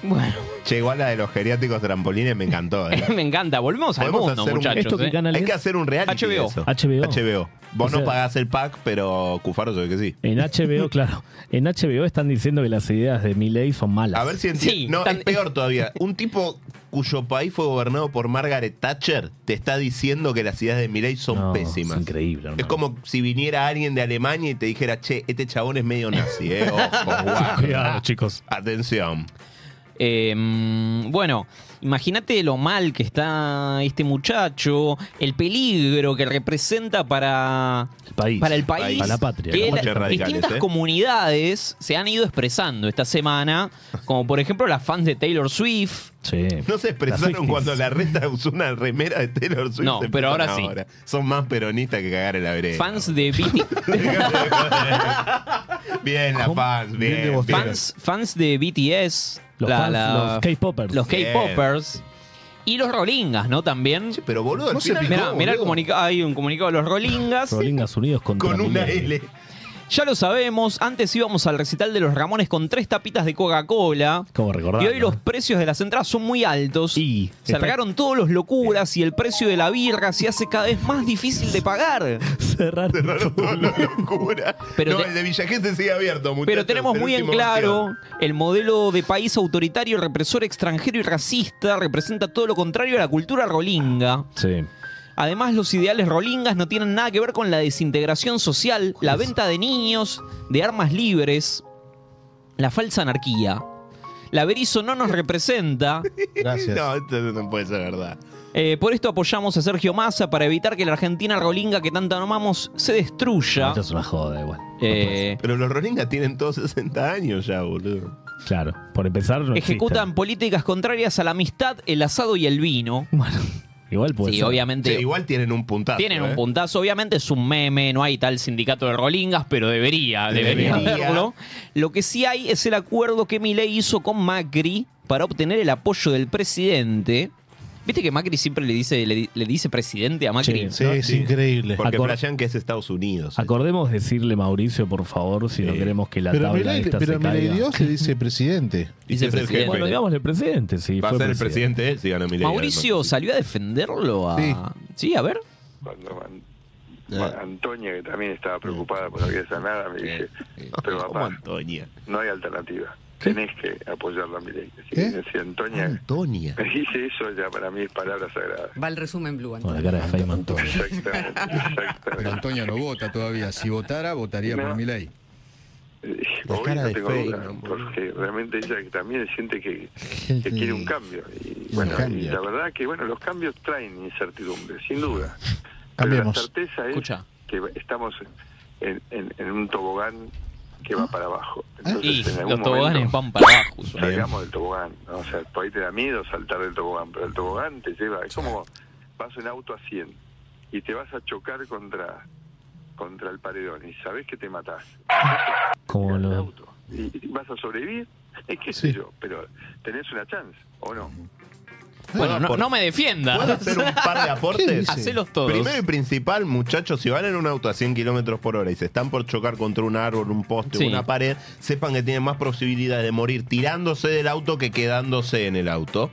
[SPEAKER 5] Bueno,
[SPEAKER 4] Che, igual la de los geriátricos trampolines me encantó. ¿eh?
[SPEAKER 5] me encanta, volvemos al
[SPEAKER 4] Podemos
[SPEAKER 5] mundo,
[SPEAKER 4] hacer un-
[SPEAKER 5] muchachos.
[SPEAKER 2] ¿Esto qué
[SPEAKER 5] eh.
[SPEAKER 2] canal
[SPEAKER 4] Hay
[SPEAKER 2] es?
[SPEAKER 4] que hacer un reality de
[SPEAKER 5] HBO.
[SPEAKER 4] eso.
[SPEAKER 2] HBO.
[SPEAKER 4] Vos
[SPEAKER 2] O sea-
[SPEAKER 4] no pagás el pack, pero Cufaro sabe que sí.
[SPEAKER 2] En HBO, claro. En HBO están diciendo que las ideas de Milei son malas.
[SPEAKER 4] A ver si
[SPEAKER 5] Sí,
[SPEAKER 4] entiendes. no,
[SPEAKER 5] tan-
[SPEAKER 4] es peor todavía. Un tipo cuyo país fue gobernado por Margaret Thatcher te está diciendo que las ideas de Milei son
[SPEAKER 2] No,
[SPEAKER 4] pésimas.
[SPEAKER 2] Es increíble, hermano.
[SPEAKER 4] Es como si viniera alguien de Alemania y te dijera, che, este chabón es medio nazi, eh. Ojo, guau.
[SPEAKER 2] Cuidado, chicos.
[SPEAKER 4] Atención.
[SPEAKER 5] Eh, mm, bueno, imagínate lo mal que está este muchacho, el peligro que representa para
[SPEAKER 2] El país.
[SPEAKER 5] para el país.
[SPEAKER 2] Para la patria.
[SPEAKER 5] Que
[SPEAKER 4] Como
[SPEAKER 5] la-
[SPEAKER 4] che radicales,
[SPEAKER 5] distintas
[SPEAKER 4] ¿eh?
[SPEAKER 5] comunidades se han ido expresando esta semana, como por ejemplo las fans de Taylor Swift.
[SPEAKER 2] Sí.
[SPEAKER 4] No
[SPEAKER 2] Las
[SPEAKER 4] se expresaron
[SPEAKER 2] 50s.
[SPEAKER 4] cuando la reta usó una remera de Taylor Swift.
[SPEAKER 5] No,
[SPEAKER 4] se
[SPEAKER 5] pero ahora
[SPEAKER 4] expresan
[SPEAKER 5] sí.
[SPEAKER 4] Son más peronistas que cagar en la vereda.
[SPEAKER 5] Fans de BT
[SPEAKER 4] bien, la fans, bien.
[SPEAKER 3] Bien de vos,
[SPEAKER 4] bien.
[SPEAKER 5] fans, fans de BTS,
[SPEAKER 2] Los
[SPEAKER 5] la-
[SPEAKER 2] fans,
[SPEAKER 5] la-
[SPEAKER 2] los K-poppers.
[SPEAKER 5] los
[SPEAKER 4] Bien.
[SPEAKER 5] K-popers y los Rolingas, ¿no? También.
[SPEAKER 4] Che, pero boludo, al
[SPEAKER 3] No se
[SPEAKER 4] final-
[SPEAKER 3] picó,
[SPEAKER 5] Mirá, mirá el
[SPEAKER 3] boludo.
[SPEAKER 5] comunicado, hay un comunicado de los Rolingas.
[SPEAKER 2] Rolingas Unidos contra
[SPEAKER 4] con una
[SPEAKER 2] Milei.
[SPEAKER 4] L.
[SPEAKER 5] Ya lo sabemos, antes íbamos al recital de los Ramones con tres tapitas de Coca-Cola.
[SPEAKER 2] Como recordar.
[SPEAKER 5] Y hoy los precios de las entradas son muy altos.
[SPEAKER 2] Y
[SPEAKER 5] se
[SPEAKER 2] está-
[SPEAKER 5] largaron todos los locuras y el precio de la birra se hace cada vez más difícil de pagar.
[SPEAKER 2] cerraron.
[SPEAKER 4] Cerraron todo, lo- locura.
[SPEAKER 5] Pero
[SPEAKER 4] no,
[SPEAKER 5] te-
[SPEAKER 4] el de Villa Gesell sigue abierto, muchachos,
[SPEAKER 5] Pero tenemos
[SPEAKER 4] el
[SPEAKER 5] muy en
[SPEAKER 4] último
[SPEAKER 5] claro
[SPEAKER 4] opción.
[SPEAKER 5] el modelo de país autoritario, represor, extranjero y racista representa todo lo contrario a la cultura rolinga.
[SPEAKER 2] Sí.
[SPEAKER 5] Además, los ideales rolingas no tienen nada que ver con la desintegración social, la venta de niños, de armas libres, la falsa anarquía. La Berizo no nos representa.
[SPEAKER 3] Gracias.
[SPEAKER 4] No, esto no puede ser verdad.
[SPEAKER 5] Eh, por esto apoyamos a Sergio Massa para evitar que la Argentina rolinga que tanto amamos se destruya.
[SPEAKER 4] Esto es
[SPEAKER 2] una joda, igual.
[SPEAKER 5] eh,
[SPEAKER 4] Pero los Rolingas tienen todos 60 años ya, boludo.
[SPEAKER 2] Claro, por empezar, no
[SPEAKER 5] Ejecutan políticas contrarias a la amistad, el asado y el vino.
[SPEAKER 2] Igual
[SPEAKER 5] puede Sí, ser. obviamente. Sí, igual
[SPEAKER 4] tienen un puntazo. eh.
[SPEAKER 5] Tienen un puntazo, obviamente es un meme, no hay tal sindicato de rolingas, pero debería, debería,
[SPEAKER 4] Debería.
[SPEAKER 5] haberlo. Lo que sí hay es el acuerdo que Milei hizo con Macri para obtener el apoyo del presidente. ¿Viste que Macri siempre le dice, le, le dice presidente a Macri? ¿No?
[SPEAKER 2] increíble.
[SPEAKER 4] Porque flashean que es este, Estados Unidos.
[SPEAKER 2] Acordemos decirle Mauricio, por favor, si
[SPEAKER 4] Eh,
[SPEAKER 2] no queremos que la
[SPEAKER 3] Pero
[SPEAKER 2] tabla
[SPEAKER 3] Milei-
[SPEAKER 2] esta
[SPEAKER 3] pero
[SPEAKER 2] se caiga.
[SPEAKER 3] Milei Dios le dice presidente.
[SPEAKER 5] Dice
[SPEAKER 4] es el
[SPEAKER 5] presidente.
[SPEAKER 4] jefe.
[SPEAKER 2] Bueno, digámosle presidente, sí.
[SPEAKER 4] Va a
[SPEAKER 2] fue
[SPEAKER 4] ser el presidente él si gana Milei.
[SPEAKER 5] Mauricio salió a defenderlo a... Sí,
[SPEAKER 4] Sí.
[SPEAKER 5] a ver.
[SPEAKER 13] Ah.
[SPEAKER 14] Cuando An- Ma- Antonia, que también estaba preocupada por la vida sanada, me dice, pero papá, no hay alternativa. Tenés que apoyarla a mi ley.
[SPEAKER 13] ¿Eh?
[SPEAKER 14] Si
[SPEAKER 13] Ah,
[SPEAKER 14] Antonia
[SPEAKER 4] Antonia.
[SPEAKER 14] me dice eso, ya para mí es palabra sagrada.
[SPEAKER 15] Va el resumen blue.
[SPEAKER 2] Con la cara de Feynman.
[SPEAKER 14] Exactamente, exactamente.
[SPEAKER 13] Pero Antonia no vota todavía. Si votara, votaría por
[SPEAKER 14] No.
[SPEAKER 13] mi
[SPEAKER 14] Hoy
[SPEAKER 13] cara
[SPEAKER 14] no
[SPEAKER 13] de
[SPEAKER 14] tengo
[SPEAKER 13] fake,
[SPEAKER 14] duda, porque realmente ella que también siente que, que quiere un cambio. Y,
[SPEAKER 13] Un
[SPEAKER 14] bueno, y
[SPEAKER 13] cambio.
[SPEAKER 14] la verdad que bueno los cambios traen incertidumbre, sin duda.
[SPEAKER 3] Cambiemos.
[SPEAKER 14] Pero la certeza es que estamos en, en- en un tobogán que va para abajo.
[SPEAKER 5] Ah. Y
[SPEAKER 14] en algún
[SPEAKER 5] los toboganes
[SPEAKER 14] momento,
[SPEAKER 5] van para abajo.
[SPEAKER 14] Salgamos del tobogán. ¿no? O sea, por ahí te da miedo saltar del tobogán, pero el tobogán te lleva. Es como vas en auto a 100 y te vas a chocar contra contra el paredón y sabes que te matás.
[SPEAKER 2] Como lo...
[SPEAKER 14] Y y vas a sobrevivir, es que sé yo, pero tenés una chance, ¿o no?
[SPEAKER 5] Bueno, no, no me defienda.
[SPEAKER 4] ¿Puedo hacer un par de aportes?
[SPEAKER 5] Hacelos todos.
[SPEAKER 4] Primero y principal, muchachos, si van en un auto a 100 kilómetros por hora y se están por chocar contra un árbol, un poste,
[SPEAKER 5] Sí.
[SPEAKER 4] una pared, sepan que tienen más posibilidades de morir tirándose del auto que quedándose en el auto.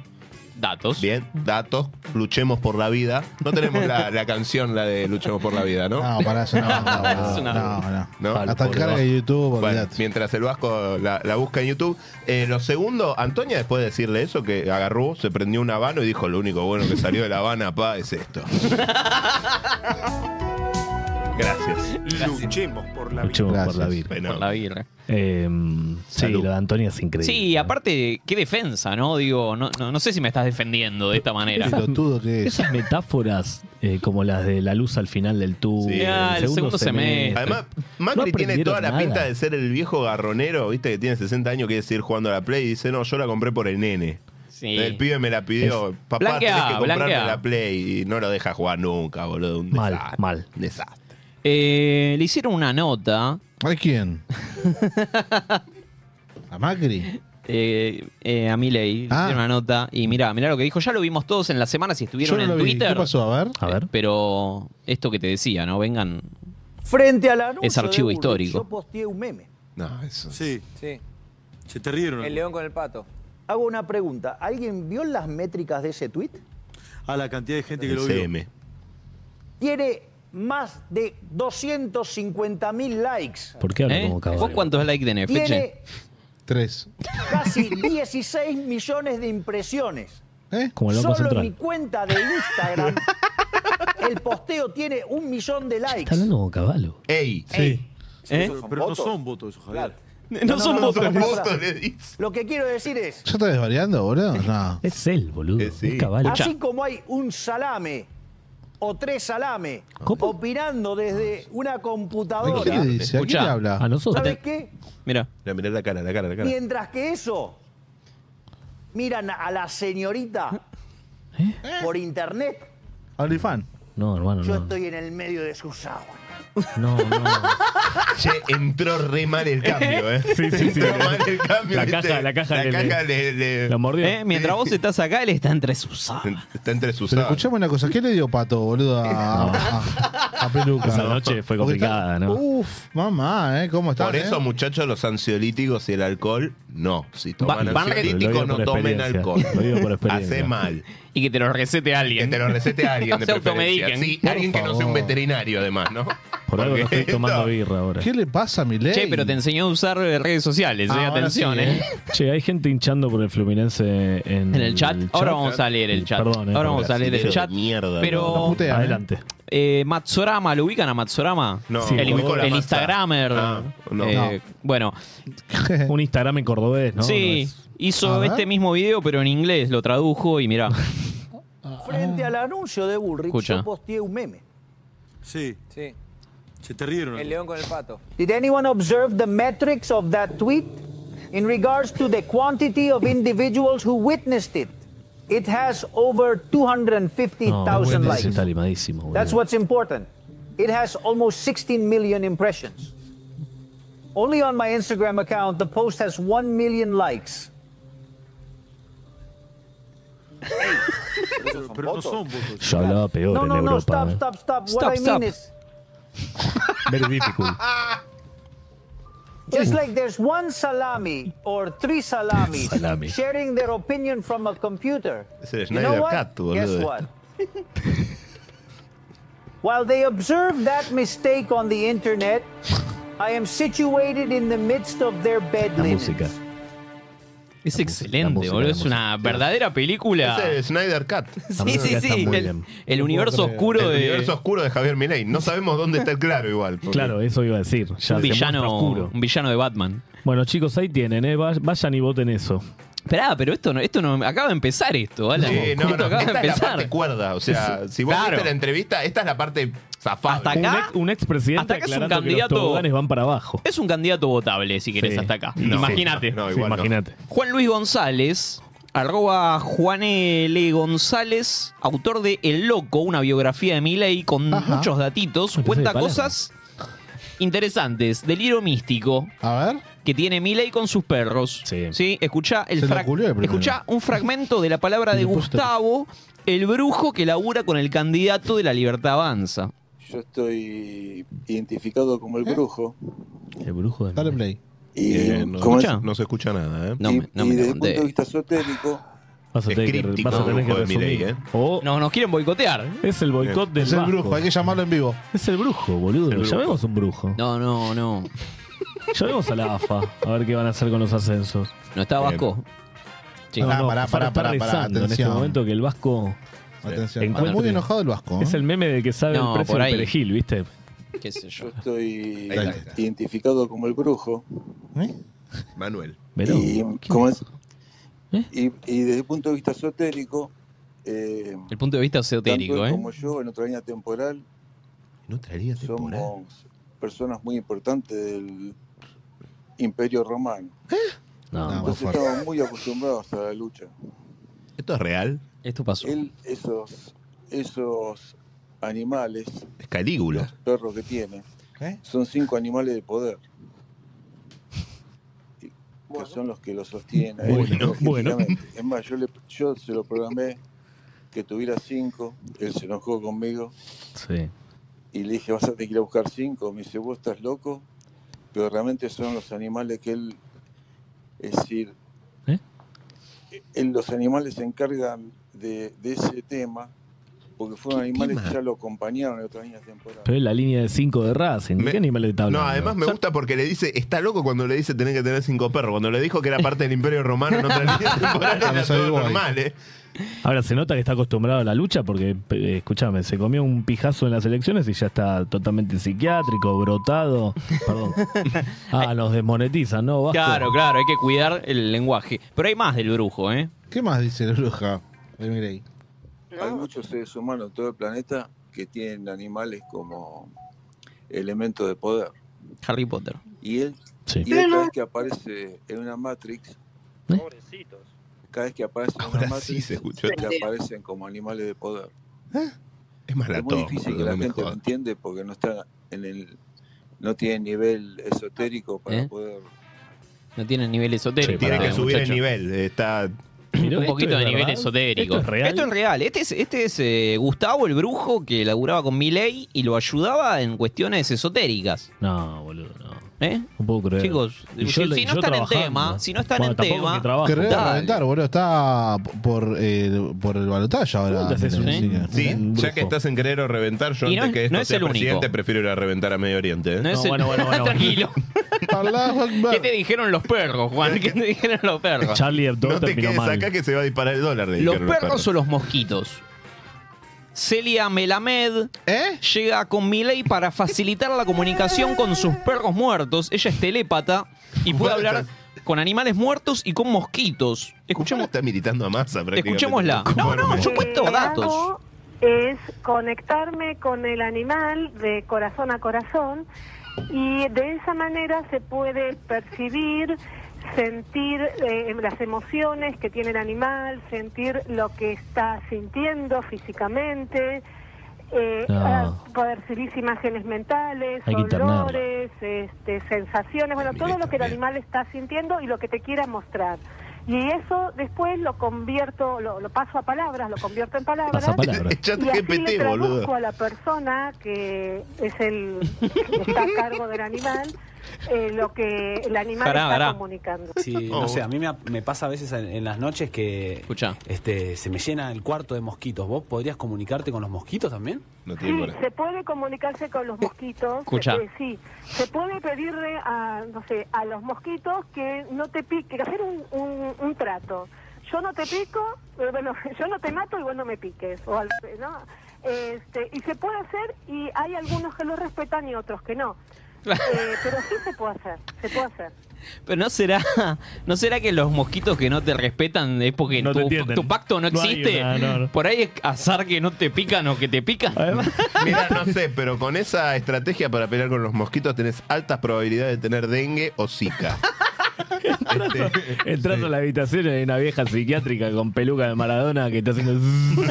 [SPEAKER 5] Datos.
[SPEAKER 4] Bien, datos. Luchemos por la vida. No tenemos la, la canción, la de Luchemos por la vida, ¿no?
[SPEAKER 3] No, pará, es una banda, boludo.
[SPEAKER 4] Es una-
[SPEAKER 3] No, no.
[SPEAKER 4] ¿no?
[SPEAKER 3] Hasta el carga de YouTube,
[SPEAKER 4] Bueno,
[SPEAKER 3] olvidate.
[SPEAKER 4] mientras el Vasco la, la busca en YouTube. Eh, lo segundo, Antonia, después de decirle eso, que agarró, se prendió un habano y dijo: Lo único bueno que salió de la Habana, pa, es esto. Gracias.
[SPEAKER 14] Luchemos por la
[SPEAKER 2] Luchemos por la vida.
[SPEAKER 5] Por la birra.
[SPEAKER 2] Eh, sí, lo de Antonia es increíble.
[SPEAKER 5] Sí, aparte, qué defensa, ¿no? Digo, no, no, no sé si me estás defendiendo de esta manera.
[SPEAKER 2] Esas- Esas metáforas eh, como las de la luz al final del tubo.
[SPEAKER 5] Sí. Ah, el segundo semestre.
[SPEAKER 4] Además,
[SPEAKER 2] No
[SPEAKER 4] Macri tiene
[SPEAKER 2] aprendieron
[SPEAKER 4] toda la
[SPEAKER 2] nada.
[SPEAKER 4] pinta de ser el viejo garronero, viste, que tiene 60 años, quiere seguir jugando a la Play y dice, no, yo la compré por el nene.
[SPEAKER 5] Sí.
[SPEAKER 4] El pibe me la pidió,
[SPEAKER 2] Es-
[SPEAKER 4] papá,
[SPEAKER 5] Blanquea,
[SPEAKER 4] tenés que comprarme
[SPEAKER 5] blanquea.
[SPEAKER 4] la Play y no lo deja jugar nunca, boludo. Un
[SPEAKER 2] Mal,
[SPEAKER 4] desastre.
[SPEAKER 2] mal.
[SPEAKER 4] Desastre.
[SPEAKER 5] Eh, le hicieron una nota.
[SPEAKER 3] ¿A quién? ¿A Macri? Ah.
[SPEAKER 5] Eh, eh, a Milei. Le hicieron una nota. Y mirá, mirá lo que dijo. Ya lo vimos todos en la semana
[SPEAKER 3] Yo
[SPEAKER 5] si estuvieron
[SPEAKER 3] no lo
[SPEAKER 5] en
[SPEAKER 3] vi.
[SPEAKER 5] Twitter.
[SPEAKER 3] ¿Qué pasó? A ver.
[SPEAKER 2] A ver.
[SPEAKER 5] Pero esto que te decía, ¿no? Vengan.
[SPEAKER 16] Frente al anuncio
[SPEAKER 5] Es archivo
[SPEAKER 16] de Bullrich,
[SPEAKER 5] histórico.
[SPEAKER 16] Yo posteé un meme.
[SPEAKER 4] No, eso.
[SPEAKER 17] Sí,
[SPEAKER 16] Sí.
[SPEAKER 17] se te rieron.
[SPEAKER 16] El león con el pato. Hago una pregunta. ¿Alguien vio las métricas de ese tweet?
[SPEAKER 17] A la cantidad de gente que
[SPEAKER 4] El
[SPEAKER 17] lo vio.
[SPEAKER 4] CM.
[SPEAKER 16] Tiene más de 250 mil likes.
[SPEAKER 2] ¿Por qué habla como cabrón?
[SPEAKER 5] ¿Eh? ¿Vos cuántos likes tenés, Feche?
[SPEAKER 16] Tiene
[SPEAKER 3] Tres.
[SPEAKER 16] casi 16 millones de impresiones.
[SPEAKER 2] Como el Banco
[SPEAKER 16] Solo
[SPEAKER 2] Central.
[SPEAKER 16] en mi cuenta de Instagram el posteo tiene un millón de likes.
[SPEAKER 2] Está hablando como caballo.
[SPEAKER 4] Ey.
[SPEAKER 2] Sí.
[SPEAKER 5] ¿Eh?
[SPEAKER 17] Pero, pero no son votos esos, Javier.
[SPEAKER 5] No, son votos.
[SPEAKER 16] Lo que quiero decir es,
[SPEAKER 3] ¿Ya estás desvariando, boludo? No. Ah,
[SPEAKER 2] Es él, boludo. Es caballo.
[SPEAKER 16] Así como hay un salame o tres salame opinando desde una computadora.
[SPEAKER 3] ¿Qué le dice? ¿A quién
[SPEAKER 5] Escuchá.
[SPEAKER 3] le habla?
[SPEAKER 5] A nosotros.
[SPEAKER 16] ¿Sabes qué?
[SPEAKER 5] Mira.
[SPEAKER 4] Mirá, mirá la cara, la cara, la cara.
[SPEAKER 16] Mientras que eso, miran a la señorita
[SPEAKER 5] ¿Eh?
[SPEAKER 16] por internet.
[SPEAKER 3] OnlyFan.
[SPEAKER 2] No, hermano,
[SPEAKER 16] Yo
[SPEAKER 5] Ah.
[SPEAKER 2] no.
[SPEAKER 16] estoy en el medio de sus aguas.
[SPEAKER 2] No, no.
[SPEAKER 4] Che, entró re mal el cambio, ¿eh?
[SPEAKER 2] Sí, sí, sí.
[SPEAKER 4] Entró mal el cambio.
[SPEAKER 2] La
[SPEAKER 4] ¿viste?
[SPEAKER 2] caja- la caja
[SPEAKER 4] la
[SPEAKER 2] le-
[SPEAKER 4] caja le, le-
[SPEAKER 5] Eh, Mientras vos estás acá, él está entre sus sábanas.
[SPEAKER 4] Está entre sus
[SPEAKER 3] Pero
[SPEAKER 4] sábanas.
[SPEAKER 3] escuchame una cosa, ¿qué le dio Pato, boludo, a, a, a Peluca?
[SPEAKER 2] Esa noche fue
[SPEAKER 3] Porque
[SPEAKER 2] complicada,
[SPEAKER 3] está-
[SPEAKER 2] ¿no?
[SPEAKER 3] Uf, mamá, ¿eh? ¿Cómo está?
[SPEAKER 4] Por eso, muchachos, los ansiolíticos y el alcohol, no. Si toman
[SPEAKER 5] Va- van
[SPEAKER 2] Lo digo
[SPEAKER 4] ansiolíticos,
[SPEAKER 2] por
[SPEAKER 4] no tomen
[SPEAKER 2] experiencia.
[SPEAKER 4] alcohol.
[SPEAKER 2] Lo digo por experiencia.
[SPEAKER 4] Hace mal.
[SPEAKER 5] Y que te lo recete alguien.
[SPEAKER 4] Que te lo recete a alguien,
[SPEAKER 5] No
[SPEAKER 4] de
[SPEAKER 5] se
[SPEAKER 4] preferencia.
[SPEAKER 5] automediquen.
[SPEAKER 4] Sí,
[SPEAKER 5] Por
[SPEAKER 4] alguien que no sea un
[SPEAKER 5] favor.
[SPEAKER 4] veterinario, además, ¿no?
[SPEAKER 2] Por algo no estoy tomando birra ahora.
[SPEAKER 3] ¿Qué le pasa a mi ley?
[SPEAKER 5] Che, pero te enseñó a usar eh, redes sociales, eh,
[SPEAKER 3] Ah, ahora
[SPEAKER 5] atención,
[SPEAKER 3] sí,
[SPEAKER 5] eh.
[SPEAKER 2] Che, hay gente hinchando por el Fluminense en,
[SPEAKER 3] Mm,
[SPEAKER 5] En el chat. Ahora vamos a leer el chat.
[SPEAKER 2] Perdón, eh,
[SPEAKER 5] Ahora vamos
[SPEAKER 2] por
[SPEAKER 5] a leer el
[SPEAKER 2] brasileño
[SPEAKER 5] chat.
[SPEAKER 2] de mierda,
[SPEAKER 5] pero
[SPEAKER 2] no. Adelante.
[SPEAKER 5] Eh, Matsorama, ¿lo ubican a Matsorama?
[SPEAKER 4] No,
[SPEAKER 2] Sí,
[SPEAKER 5] el,
[SPEAKER 2] ubico la
[SPEAKER 5] el
[SPEAKER 2] masa.
[SPEAKER 5] Instagramer.
[SPEAKER 2] Ah, no.
[SPEAKER 5] eh, Bueno,
[SPEAKER 2] Un Instagram en cordobés, ¿no?
[SPEAKER 5] sí,
[SPEAKER 2] A
[SPEAKER 5] hizo
[SPEAKER 2] ver.
[SPEAKER 5] este mismo video, pero en inglés, lo tradujo y mirá. Ah.
[SPEAKER 16] Frente al anuncio de Bullrich,
[SPEAKER 5] Escucha.
[SPEAKER 16] yo posteé un meme.
[SPEAKER 17] Sí.
[SPEAKER 15] Sí.
[SPEAKER 17] Se te rieron.
[SPEAKER 15] El león con el pato.
[SPEAKER 16] Did anyone observe the metrics of that tweet in regards to the quantity of individuals who witnessed it? It has over
[SPEAKER 2] No,
[SPEAKER 16] 250,000
[SPEAKER 2] ese
[SPEAKER 16] likes.
[SPEAKER 2] está limadísimo, boludo.
[SPEAKER 16] That's what's important. It has almost 16 million impressions. Only on my Instagram account, the post has 1 million likes.
[SPEAKER 17] Pero no son votos.
[SPEAKER 2] Yo hablaba peor
[SPEAKER 16] No,
[SPEAKER 2] en
[SPEAKER 16] no, no,
[SPEAKER 2] Europa.
[SPEAKER 16] stop,
[SPEAKER 2] eh.
[SPEAKER 16] stop, stop.
[SPEAKER 2] Stop,
[SPEAKER 16] What I
[SPEAKER 2] stop.
[SPEAKER 16] mean is,
[SPEAKER 2] Very difficult.
[SPEAKER 16] just like there's one salami or three salamis
[SPEAKER 4] Salami.
[SPEAKER 16] sharing their opinion from a computer.
[SPEAKER 4] Es el
[SPEAKER 16] You
[SPEAKER 4] Snyder
[SPEAKER 16] know what?
[SPEAKER 4] Cut, boludo.
[SPEAKER 16] Guess what? While they observe that mistake on the internet, I am situated in the midst of their bed
[SPEAKER 2] La
[SPEAKER 16] linen.
[SPEAKER 2] música.
[SPEAKER 5] Es excelente,
[SPEAKER 2] música,
[SPEAKER 5] boludo.
[SPEAKER 2] la
[SPEAKER 5] Es
[SPEAKER 2] música.
[SPEAKER 5] una verdadera película.
[SPEAKER 4] Ese es Snyder Cut.
[SPEAKER 5] Sí, sí, sí. El, el universo oscuro
[SPEAKER 4] El
[SPEAKER 5] de.
[SPEAKER 4] universo oscuro de Javier Milei. No sabemos dónde está el claro igual. porque-
[SPEAKER 2] Claro, eso iba a decir. Ya
[SPEAKER 5] un
[SPEAKER 2] se muestra
[SPEAKER 5] villano,
[SPEAKER 2] oscuro.
[SPEAKER 5] un villano de Batman.
[SPEAKER 2] Bueno, chicos, ahí tienen, ¿eh? Va- Vayan y voten eso.
[SPEAKER 5] Esperá, pero esto no, esto no acaba de empezar esto, Alan.
[SPEAKER 4] Sí, no,
[SPEAKER 5] Esto
[SPEAKER 4] no,
[SPEAKER 5] acaba de
[SPEAKER 4] esta es la
[SPEAKER 5] empezar.
[SPEAKER 4] parte cuerda. O sea, si vos
[SPEAKER 5] Claro.
[SPEAKER 4] viste la entrevista, esta es la parte zafada.
[SPEAKER 5] Hasta acá-
[SPEAKER 2] Un expresidente
[SPEAKER 5] Hasta acá es un
[SPEAKER 2] aclarando que los
[SPEAKER 5] candidato-
[SPEAKER 2] toboganes van para abajo.
[SPEAKER 5] Es un candidato votable, si querés, hasta acá.
[SPEAKER 2] No,
[SPEAKER 5] Imagínate.
[SPEAKER 2] sí, no, igual Sí, no. imagínate.
[SPEAKER 5] Juan Luis González, arroba Juan L. González, autor de El Loco, una biografía de Milei con muchos datitos, cuenta
[SPEAKER 2] Palermo.
[SPEAKER 5] cosas interesantes del libro místico.
[SPEAKER 3] A ver.
[SPEAKER 5] Que tiene Milei con sus perros. Sí. Escucha el
[SPEAKER 3] Se la
[SPEAKER 5] frac-
[SPEAKER 3] culió el primero.
[SPEAKER 5] escuchá un fragmento de la palabra de Gustavo, el brujo que labura con el candidato de la Libertad Avanza.
[SPEAKER 18] Yo estoy identificado como el brujo.
[SPEAKER 2] El brujo de
[SPEAKER 3] Dale play.
[SPEAKER 18] Y,
[SPEAKER 4] Eh, no,
[SPEAKER 18] ¿cómo es?
[SPEAKER 4] no- no se escucha nada, ¿eh?
[SPEAKER 5] No me- no
[SPEAKER 18] Y
[SPEAKER 5] me
[SPEAKER 18] desde
[SPEAKER 5] conté.
[SPEAKER 18] el punto de vista esotérico,
[SPEAKER 2] Vas a tener que,
[SPEAKER 4] Es críptico
[SPEAKER 2] vas a tener
[SPEAKER 4] el
[SPEAKER 2] que
[SPEAKER 4] brujo de Milei,
[SPEAKER 2] resumir.
[SPEAKER 4] ¿eh?
[SPEAKER 2] O
[SPEAKER 5] No, nos quieren boicotear.
[SPEAKER 2] es el boicot del
[SPEAKER 3] Es el
[SPEAKER 2] Vasco.
[SPEAKER 3] brujo, hay que llamarlo en vivo.
[SPEAKER 2] Es el brujo, boludo.
[SPEAKER 3] brujo.
[SPEAKER 2] Llamemos un brujo.
[SPEAKER 5] No, no, no.
[SPEAKER 2] Llamemos a la AFA a ver qué van a hacer con los ascensos.
[SPEAKER 5] No está Vasco. Sí.
[SPEAKER 2] No, no,
[SPEAKER 3] Pará,
[SPEAKER 2] Faro
[SPEAKER 3] pará, pará,
[SPEAKER 2] está
[SPEAKER 3] pará,
[SPEAKER 2] rezando en este
[SPEAKER 3] atención.
[SPEAKER 2] momento que el Vasco
[SPEAKER 3] Atención.
[SPEAKER 2] encuentre-
[SPEAKER 3] Está muy enojado el Vasco. ¿eh?
[SPEAKER 2] Es el meme del que sabe
[SPEAKER 5] No,
[SPEAKER 2] el precio
[SPEAKER 5] por
[SPEAKER 2] del
[SPEAKER 5] ahí.
[SPEAKER 2] perejil, ¿viste?
[SPEAKER 5] ¿Qué sé yo?
[SPEAKER 18] yo estoy
[SPEAKER 4] Ahí está.
[SPEAKER 18] identificado como el brujo.
[SPEAKER 4] Manuel.
[SPEAKER 18] Y, ¿cómo es?
[SPEAKER 5] ¿eh?
[SPEAKER 18] Y- y desde el punto de vista esotérico, eh,
[SPEAKER 5] El punto de vista esotérico,
[SPEAKER 18] tanto él
[SPEAKER 5] ¿eh?
[SPEAKER 18] como yo, en otra línea temporal,
[SPEAKER 4] No traería temporal.
[SPEAKER 18] somos personas muy importantes del Imperio Romano.
[SPEAKER 2] No,
[SPEAKER 3] muy
[SPEAKER 18] Entonces
[SPEAKER 3] fuerte.
[SPEAKER 18] estamos muy acostumbrados a la lucha.
[SPEAKER 4] ¿Esto es real?
[SPEAKER 5] Esto pasó.
[SPEAKER 18] Él, esos, esos animales,
[SPEAKER 4] Es Calígula.
[SPEAKER 18] perros que tiene,
[SPEAKER 3] ¿Eh?
[SPEAKER 18] son cinco animales de poder. Y- Que son los que lo sostienen. a él
[SPEAKER 2] Bueno, bueno.
[SPEAKER 18] energéticamente. Es más, yo, le- yo se lo programé que tuviera cinco, él se enojó conmigo
[SPEAKER 2] Sí.
[SPEAKER 18] y le dije, vas a tener que ir a buscar cinco. Me dice, vos estás loco, pero realmente son los animales que él, es decir,
[SPEAKER 2] ¿Eh?
[SPEAKER 18] él- los animales se encargan de, de ese tema porque fueron animales que ya lo acompañaron en otras líneas temporales.
[SPEAKER 2] Pero es la línea de 5 de Racing. ¿De
[SPEAKER 4] Me-
[SPEAKER 2] qué animal le está
[SPEAKER 4] No,
[SPEAKER 2] hablando?
[SPEAKER 4] además me gusta porque le dice, está loco cuando le dice tenés que tener cinco perros. Cuando le dijo que era parte del Imperio Romano, no traería temporal,
[SPEAKER 3] No
[SPEAKER 4] era
[SPEAKER 3] soy
[SPEAKER 4] todo
[SPEAKER 3] guay.
[SPEAKER 4] normal, ¿eh?
[SPEAKER 2] Ahora se nota que está acostumbrado a la lucha porque, eh, escúchame, se comió un pijazo en las elecciones y ya está totalmente psiquiátrico, brotado. Perdón. Ah, nos desmonetizan, ¿no? Vasco?
[SPEAKER 5] Claro, claro, hay que cuidar el lenguaje. Pero hay más del brujo, ¿eh?
[SPEAKER 3] ¿Qué más dice la bruja? Eh, mire ahí.
[SPEAKER 18] Hay muchos seres humanos en todo el planeta que tienen animales como elementos de poder.
[SPEAKER 5] Harry Potter.
[SPEAKER 18] Y él,
[SPEAKER 2] Sí.
[SPEAKER 18] y él cada vez que aparece en una Matrix, cada vez que aparece en una
[SPEAKER 4] Ahora
[SPEAKER 18] Matrix,
[SPEAKER 4] sí se escuchó. ¿Eh?
[SPEAKER 18] que aparecen como animales de poder.
[SPEAKER 4] Es
[SPEAKER 18] Es
[SPEAKER 4] maratón.
[SPEAKER 18] muy difícil que
[SPEAKER 4] boludo,
[SPEAKER 18] la
[SPEAKER 4] no me
[SPEAKER 18] gente lo
[SPEAKER 4] jodas.
[SPEAKER 18] entiende porque no está en el no tiene nivel esotérico para
[SPEAKER 5] ¿Eh?
[SPEAKER 18] poder
[SPEAKER 5] No tiene nivel esotérico.
[SPEAKER 4] Tiene que
[SPEAKER 5] eh,
[SPEAKER 4] subir el
[SPEAKER 5] muchacho.
[SPEAKER 4] nivel. Está
[SPEAKER 2] Mirá,
[SPEAKER 5] Un
[SPEAKER 2] ¿esto
[SPEAKER 5] poquito
[SPEAKER 2] es
[SPEAKER 5] de nivel
[SPEAKER 2] verdad?
[SPEAKER 5] esotérico.
[SPEAKER 2] ¿Esto es real?
[SPEAKER 5] real. Este es, este es eh, Gustavo el brujo que laburaba con Milei y lo ayudaba en cuestiones esotéricas.
[SPEAKER 2] No, boludo, no.
[SPEAKER 5] ¿Eh?
[SPEAKER 2] No puedo creer.
[SPEAKER 5] Chicos,
[SPEAKER 2] Y
[SPEAKER 5] si-
[SPEAKER 2] yo le-
[SPEAKER 5] si no
[SPEAKER 2] yo
[SPEAKER 5] están en
[SPEAKER 2] trabajando.
[SPEAKER 5] tema, si no están
[SPEAKER 2] Bueno,
[SPEAKER 5] en
[SPEAKER 2] tampoco
[SPEAKER 5] tema-
[SPEAKER 2] que trabajo.
[SPEAKER 3] Querés
[SPEAKER 5] dale.
[SPEAKER 3] reventar, boludo. Está por, eh, por el balotaje ahora.
[SPEAKER 2] ¿Dónde Ah, haces un-
[SPEAKER 3] Sí.
[SPEAKER 4] Sí,
[SPEAKER 3] ¿Eh?
[SPEAKER 2] Un
[SPEAKER 4] ya
[SPEAKER 2] brujo.
[SPEAKER 4] que estás en querer o reventar, yo
[SPEAKER 5] Y no
[SPEAKER 4] antes
[SPEAKER 5] es-
[SPEAKER 4] que esto
[SPEAKER 5] no es
[SPEAKER 4] sea
[SPEAKER 5] el único.
[SPEAKER 4] presidente prefiero ir a reventar a Medio Oriente. ¿eh?
[SPEAKER 5] No es
[SPEAKER 2] No,
[SPEAKER 5] el-
[SPEAKER 2] bueno, bueno, bueno.
[SPEAKER 5] Tranquilo.
[SPEAKER 3] Allahu Akbar.
[SPEAKER 5] ¿Qué te dijeron los perros, Juan? ¿Qué te dijeron los perros?
[SPEAKER 2] Charlie Hebdo
[SPEAKER 4] No te
[SPEAKER 2] terminó
[SPEAKER 4] quedes
[SPEAKER 2] mal.
[SPEAKER 4] acá que se va a disparar el dólar. le
[SPEAKER 5] ¿Los
[SPEAKER 4] dijeron los
[SPEAKER 5] perros o los mosquitos? Celia Melamed llega con Milei para facilitar la comunicación con sus perros muertos. Ella es telépata y puede hablar con animales muertos y con mosquitos. Escuchemos.
[SPEAKER 4] Está militando a masa, prácticamente.
[SPEAKER 5] Escuchémosla. No, no, yo cuento
[SPEAKER 15] Lo que
[SPEAKER 5] datos.
[SPEAKER 15] hago Es conectarme con el animal de corazón a corazón y de esa manera se puede percibir, sentir eh, las emociones que tiene el animal, sentir lo que está sintiendo físicamente, eh,
[SPEAKER 2] No.
[SPEAKER 15] ah, percibir imágenes mentales,
[SPEAKER 2] Hay que internarlo.
[SPEAKER 15] olores, este, sensaciones, bueno, todo lo que el animal está sintiendo y lo que te quiera mostrar. Y eso después lo convierto, lo, lo paso a palabras, lo convierto en palabras.
[SPEAKER 2] Pasa palabra.
[SPEAKER 4] El chat
[SPEAKER 15] y así
[SPEAKER 4] GPT,
[SPEAKER 15] le traduzco
[SPEAKER 4] boludo.
[SPEAKER 15] a la persona que es el que está a cargo del animal eh, lo que el animal
[SPEAKER 19] Pará,
[SPEAKER 15] está
[SPEAKER 19] pará.
[SPEAKER 15] comunicando.
[SPEAKER 19] Sí,
[SPEAKER 9] Oh,
[SPEAKER 4] Oh.
[SPEAKER 19] no sé, a mí me, me pasa a veces en, en las noches que este se me llena el cuarto de mosquitos. ¿Vos podrías comunicarte con los mosquitos también?
[SPEAKER 4] No
[SPEAKER 15] Sí, se puede comunicarse con los mosquitos.
[SPEAKER 19] Escucha.
[SPEAKER 15] eh, sí, se puede pedirle a, no sé, a los mosquitos que no te pique, hacer un, un, un trato. Yo no te pico, eh, bueno, yo no te mato y vos no me piques. O al- ¿no? este, y se puede hacer y hay algunos que lo respetan y otros que no. Eh, pero sí se puede hacer, se puede hacer.
[SPEAKER 5] Pero no será, no será que los mosquitos que no te respetan es porque
[SPEAKER 2] No te
[SPEAKER 5] tu,
[SPEAKER 2] entienden.
[SPEAKER 5] tu pacto no
[SPEAKER 2] No hay
[SPEAKER 5] existe.
[SPEAKER 2] una- no, no.
[SPEAKER 5] Por ahí es azar que no te pican o que te pican.
[SPEAKER 4] Mira, no sé, pero con esa estrategia para pelear con los mosquitos tenés altas probabilidades de tener dengue o zika.
[SPEAKER 2] Entrando a la habitación y hay una vieja psiquiátrica con peluca de Maradona que está haciendo. zzzz.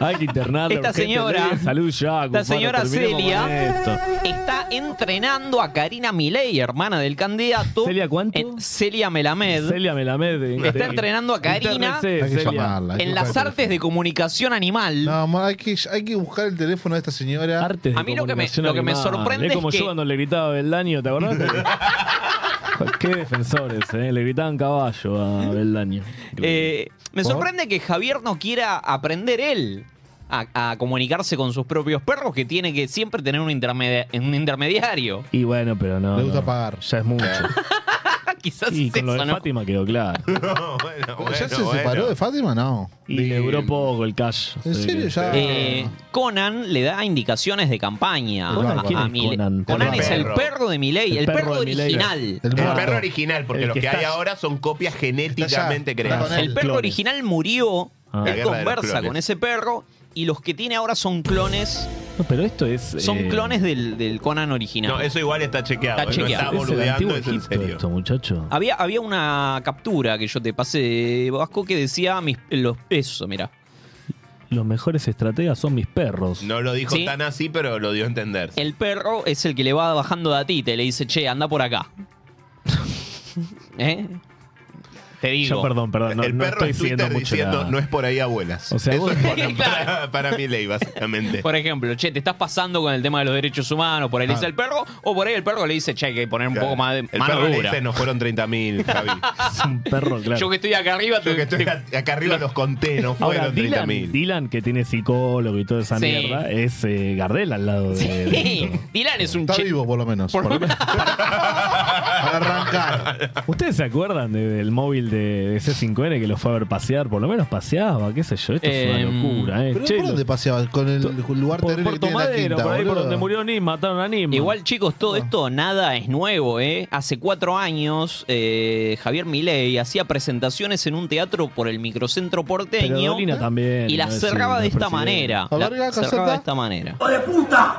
[SPEAKER 2] hay que internarla.
[SPEAKER 5] Esta
[SPEAKER 2] urgente,
[SPEAKER 5] señora-
[SPEAKER 2] Ley, Salud ya,
[SPEAKER 5] La
[SPEAKER 2] compadre,
[SPEAKER 5] señora
[SPEAKER 2] Ah, terminemos con esto.
[SPEAKER 5] Celia está entrenando a Karina Milei, hermana del candidato. ¿Celia cuánto? Celia Melamed.
[SPEAKER 2] Celia Melamed.
[SPEAKER 5] Está entrenando a Karina
[SPEAKER 2] Internese, Hay que Celia. llamarla, hay que
[SPEAKER 5] en las
[SPEAKER 2] buscar.
[SPEAKER 5] artes de comunicación animal.
[SPEAKER 3] No, ma, hay que, hay que buscar el teléfono de esta señora.
[SPEAKER 5] A mí lo que me- lo que me sorprende
[SPEAKER 2] Es como
[SPEAKER 5] es que-
[SPEAKER 2] yo cuando le gritaba a Beldaño, ¿te acordás?
[SPEAKER 3] Este
[SPEAKER 2] Qué defensores, eh? le gritaban caballo a Beldaño.
[SPEAKER 5] Eh, me sorprende que Javier no quiera aprender él a, a comunicarse con sus propios perros, que tiene que siempre tener un, intermedia- un intermediario.
[SPEAKER 2] Y bueno, pero no.
[SPEAKER 5] Le gusta
[SPEAKER 2] pagar. Ya es mucho.
[SPEAKER 5] Ah, Quizás
[SPEAKER 2] y con lo de
[SPEAKER 5] eso, ¿no?
[SPEAKER 2] Fátima quedó claro.
[SPEAKER 4] No, bueno,
[SPEAKER 3] ¿Ya se
[SPEAKER 4] bueno.
[SPEAKER 3] separó de Fátima? No.
[SPEAKER 2] Y le duró poco el cash.
[SPEAKER 3] ¿En serio? Ya-
[SPEAKER 5] Eh, Conan le da indicaciones de campaña
[SPEAKER 2] Conan,
[SPEAKER 5] a-
[SPEAKER 2] ¿quién
[SPEAKER 5] a
[SPEAKER 2] es
[SPEAKER 5] Milei.
[SPEAKER 2] Conan?
[SPEAKER 5] Conan
[SPEAKER 2] El
[SPEAKER 5] es el
[SPEAKER 2] perro.
[SPEAKER 5] perro de Milei, el, perro,
[SPEAKER 2] de Milei.
[SPEAKER 5] original.
[SPEAKER 4] El, perro original, porque
[SPEAKER 2] El
[SPEAKER 4] los
[SPEAKER 2] que
[SPEAKER 4] que, hay
[SPEAKER 2] está-
[SPEAKER 4] ahora son copias genéticamente
[SPEAKER 5] Está
[SPEAKER 4] creadas.
[SPEAKER 5] El perro original murió.
[SPEAKER 4] Ah. La guerra
[SPEAKER 5] Él
[SPEAKER 4] de los
[SPEAKER 5] conversa
[SPEAKER 4] clones.
[SPEAKER 5] con ese perro. Y los que tiene ahora son clones.
[SPEAKER 2] No, pero esto es.
[SPEAKER 5] Son
[SPEAKER 2] eh,
[SPEAKER 5] clones del, del Conan original.
[SPEAKER 4] No, eso igual está chequeado.
[SPEAKER 5] Está
[SPEAKER 4] eh, no
[SPEAKER 5] chequeado.
[SPEAKER 4] está
[SPEAKER 5] Es el
[SPEAKER 4] boludeando,
[SPEAKER 5] antiguo
[SPEAKER 4] es en serio.
[SPEAKER 2] Esto, muchacho.
[SPEAKER 5] Había, había una captura que yo te pasé, Vasco, que decía mis, los pesos, mira.
[SPEAKER 2] Los mejores estrategas son mis perros.
[SPEAKER 4] No lo dijo
[SPEAKER 5] Sí.
[SPEAKER 4] tan así, pero lo dio a entender.
[SPEAKER 5] El perro es el que le va bajando datita y le dice, che, anda por acá. ¿Eh? Te digo.
[SPEAKER 2] Yo, perdón, perdón. No,
[SPEAKER 4] el
[SPEAKER 2] no
[SPEAKER 4] perro
[SPEAKER 2] estoy
[SPEAKER 4] en Twitter
[SPEAKER 2] siguiendo mucho
[SPEAKER 4] diciendo
[SPEAKER 2] la-
[SPEAKER 4] no es por ahí abuelas.
[SPEAKER 2] O sea,
[SPEAKER 4] Eso
[SPEAKER 2] vos-
[SPEAKER 4] es para, para, para mi ley, básicamente.
[SPEAKER 5] Por ejemplo, che, te estás pasando con el tema de los derechos humanos, por ahí le dice el perro, o por ahí el perro le dice, che, hay que poner un poco más de
[SPEAKER 4] Ah. El
[SPEAKER 5] mano
[SPEAKER 4] perro le
[SPEAKER 5] dura.
[SPEAKER 4] dice, nos fueron 30.000, Javi.
[SPEAKER 2] perro, claro.
[SPEAKER 5] Yo que estoy acá arriba,
[SPEAKER 4] Yo que estoy a- acá arriba los conté, no
[SPEAKER 2] Ahora,
[SPEAKER 4] fueron
[SPEAKER 2] Dylan,
[SPEAKER 4] 30.000.
[SPEAKER 2] Dylan, que tiene psicólogo y toda esa
[SPEAKER 5] Sí.
[SPEAKER 2] mierda, es eh, Gardel al lado de.
[SPEAKER 4] Eh,
[SPEAKER 5] Sí, Dylan es un
[SPEAKER 3] Está
[SPEAKER 5] che-
[SPEAKER 3] vivo, por lo menos.
[SPEAKER 5] Por-
[SPEAKER 3] Para arrancar.
[SPEAKER 2] ¿Ustedes se acuerdan de- del móvil de, de C5N que lo fue a ver pasear? Por lo menos paseaba, qué sé yo. Esto es
[SPEAKER 5] Em,
[SPEAKER 2] una locura, ¿eh?
[SPEAKER 3] ¿Pero
[SPEAKER 2] Che,
[SPEAKER 3] por dónde paseaba? Con el lugar
[SPEAKER 2] por
[SPEAKER 3] terrible que
[SPEAKER 2] Puerto
[SPEAKER 3] tiene la
[SPEAKER 2] Madero,
[SPEAKER 3] quinta,
[SPEAKER 2] por ahí por
[SPEAKER 3] boludo.
[SPEAKER 2] donde murió Nim, mataron a Nim.
[SPEAKER 5] Igual, chicos,
[SPEAKER 2] Ah.
[SPEAKER 5] todo esto nada es nuevo, ¿eh? Hace cuatro años, eh, Javier Milei hacía presentaciones en un teatro por el microcentro porteño.
[SPEAKER 2] Pero Dolina también,
[SPEAKER 5] Y la
[SPEAKER 2] no es
[SPEAKER 5] cerraba
[SPEAKER 2] una
[SPEAKER 5] de esta
[SPEAKER 2] presidenta.
[SPEAKER 5] manera.
[SPEAKER 2] A
[SPEAKER 5] La
[SPEAKER 2] ver, Gaca,
[SPEAKER 5] cerraba
[SPEAKER 2] salta.
[SPEAKER 5] de esta manera.
[SPEAKER 20] ¡Hijo de puta!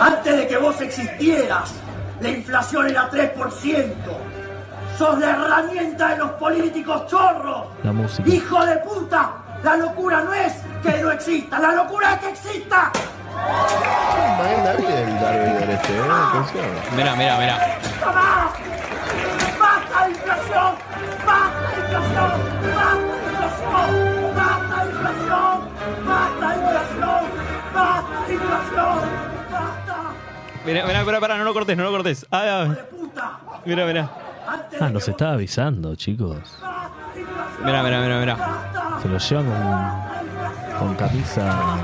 [SPEAKER 20] Antes de que vos existieras, la inflación era 3%. ¡Sos la herramienta de los políticos chorros!
[SPEAKER 2] La música.
[SPEAKER 20] ¡Hijo de puta! La locura no es que no exista, la locura es que exista.
[SPEAKER 5] Mirá, mirá, mirá.
[SPEAKER 20] ¡Basta más! ¡Basta de inflación! ¡Basta de inflación! ¡Basta de inflación! ¡Basta de inflación! ¡Basta de inflación! ¡Basta de inflación! ¡Basta!
[SPEAKER 5] Mirá, mirá, mirá, mirá, no lo cortes, no lo cortes. Ah, ah. mirá, mirá.
[SPEAKER 2] Ah, nos estaba avisando, chicos.
[SPEAKER 5] Mirá, mirá, mirá, mirá.
[SPEAKER 2] Se lo llevan con, con camisa.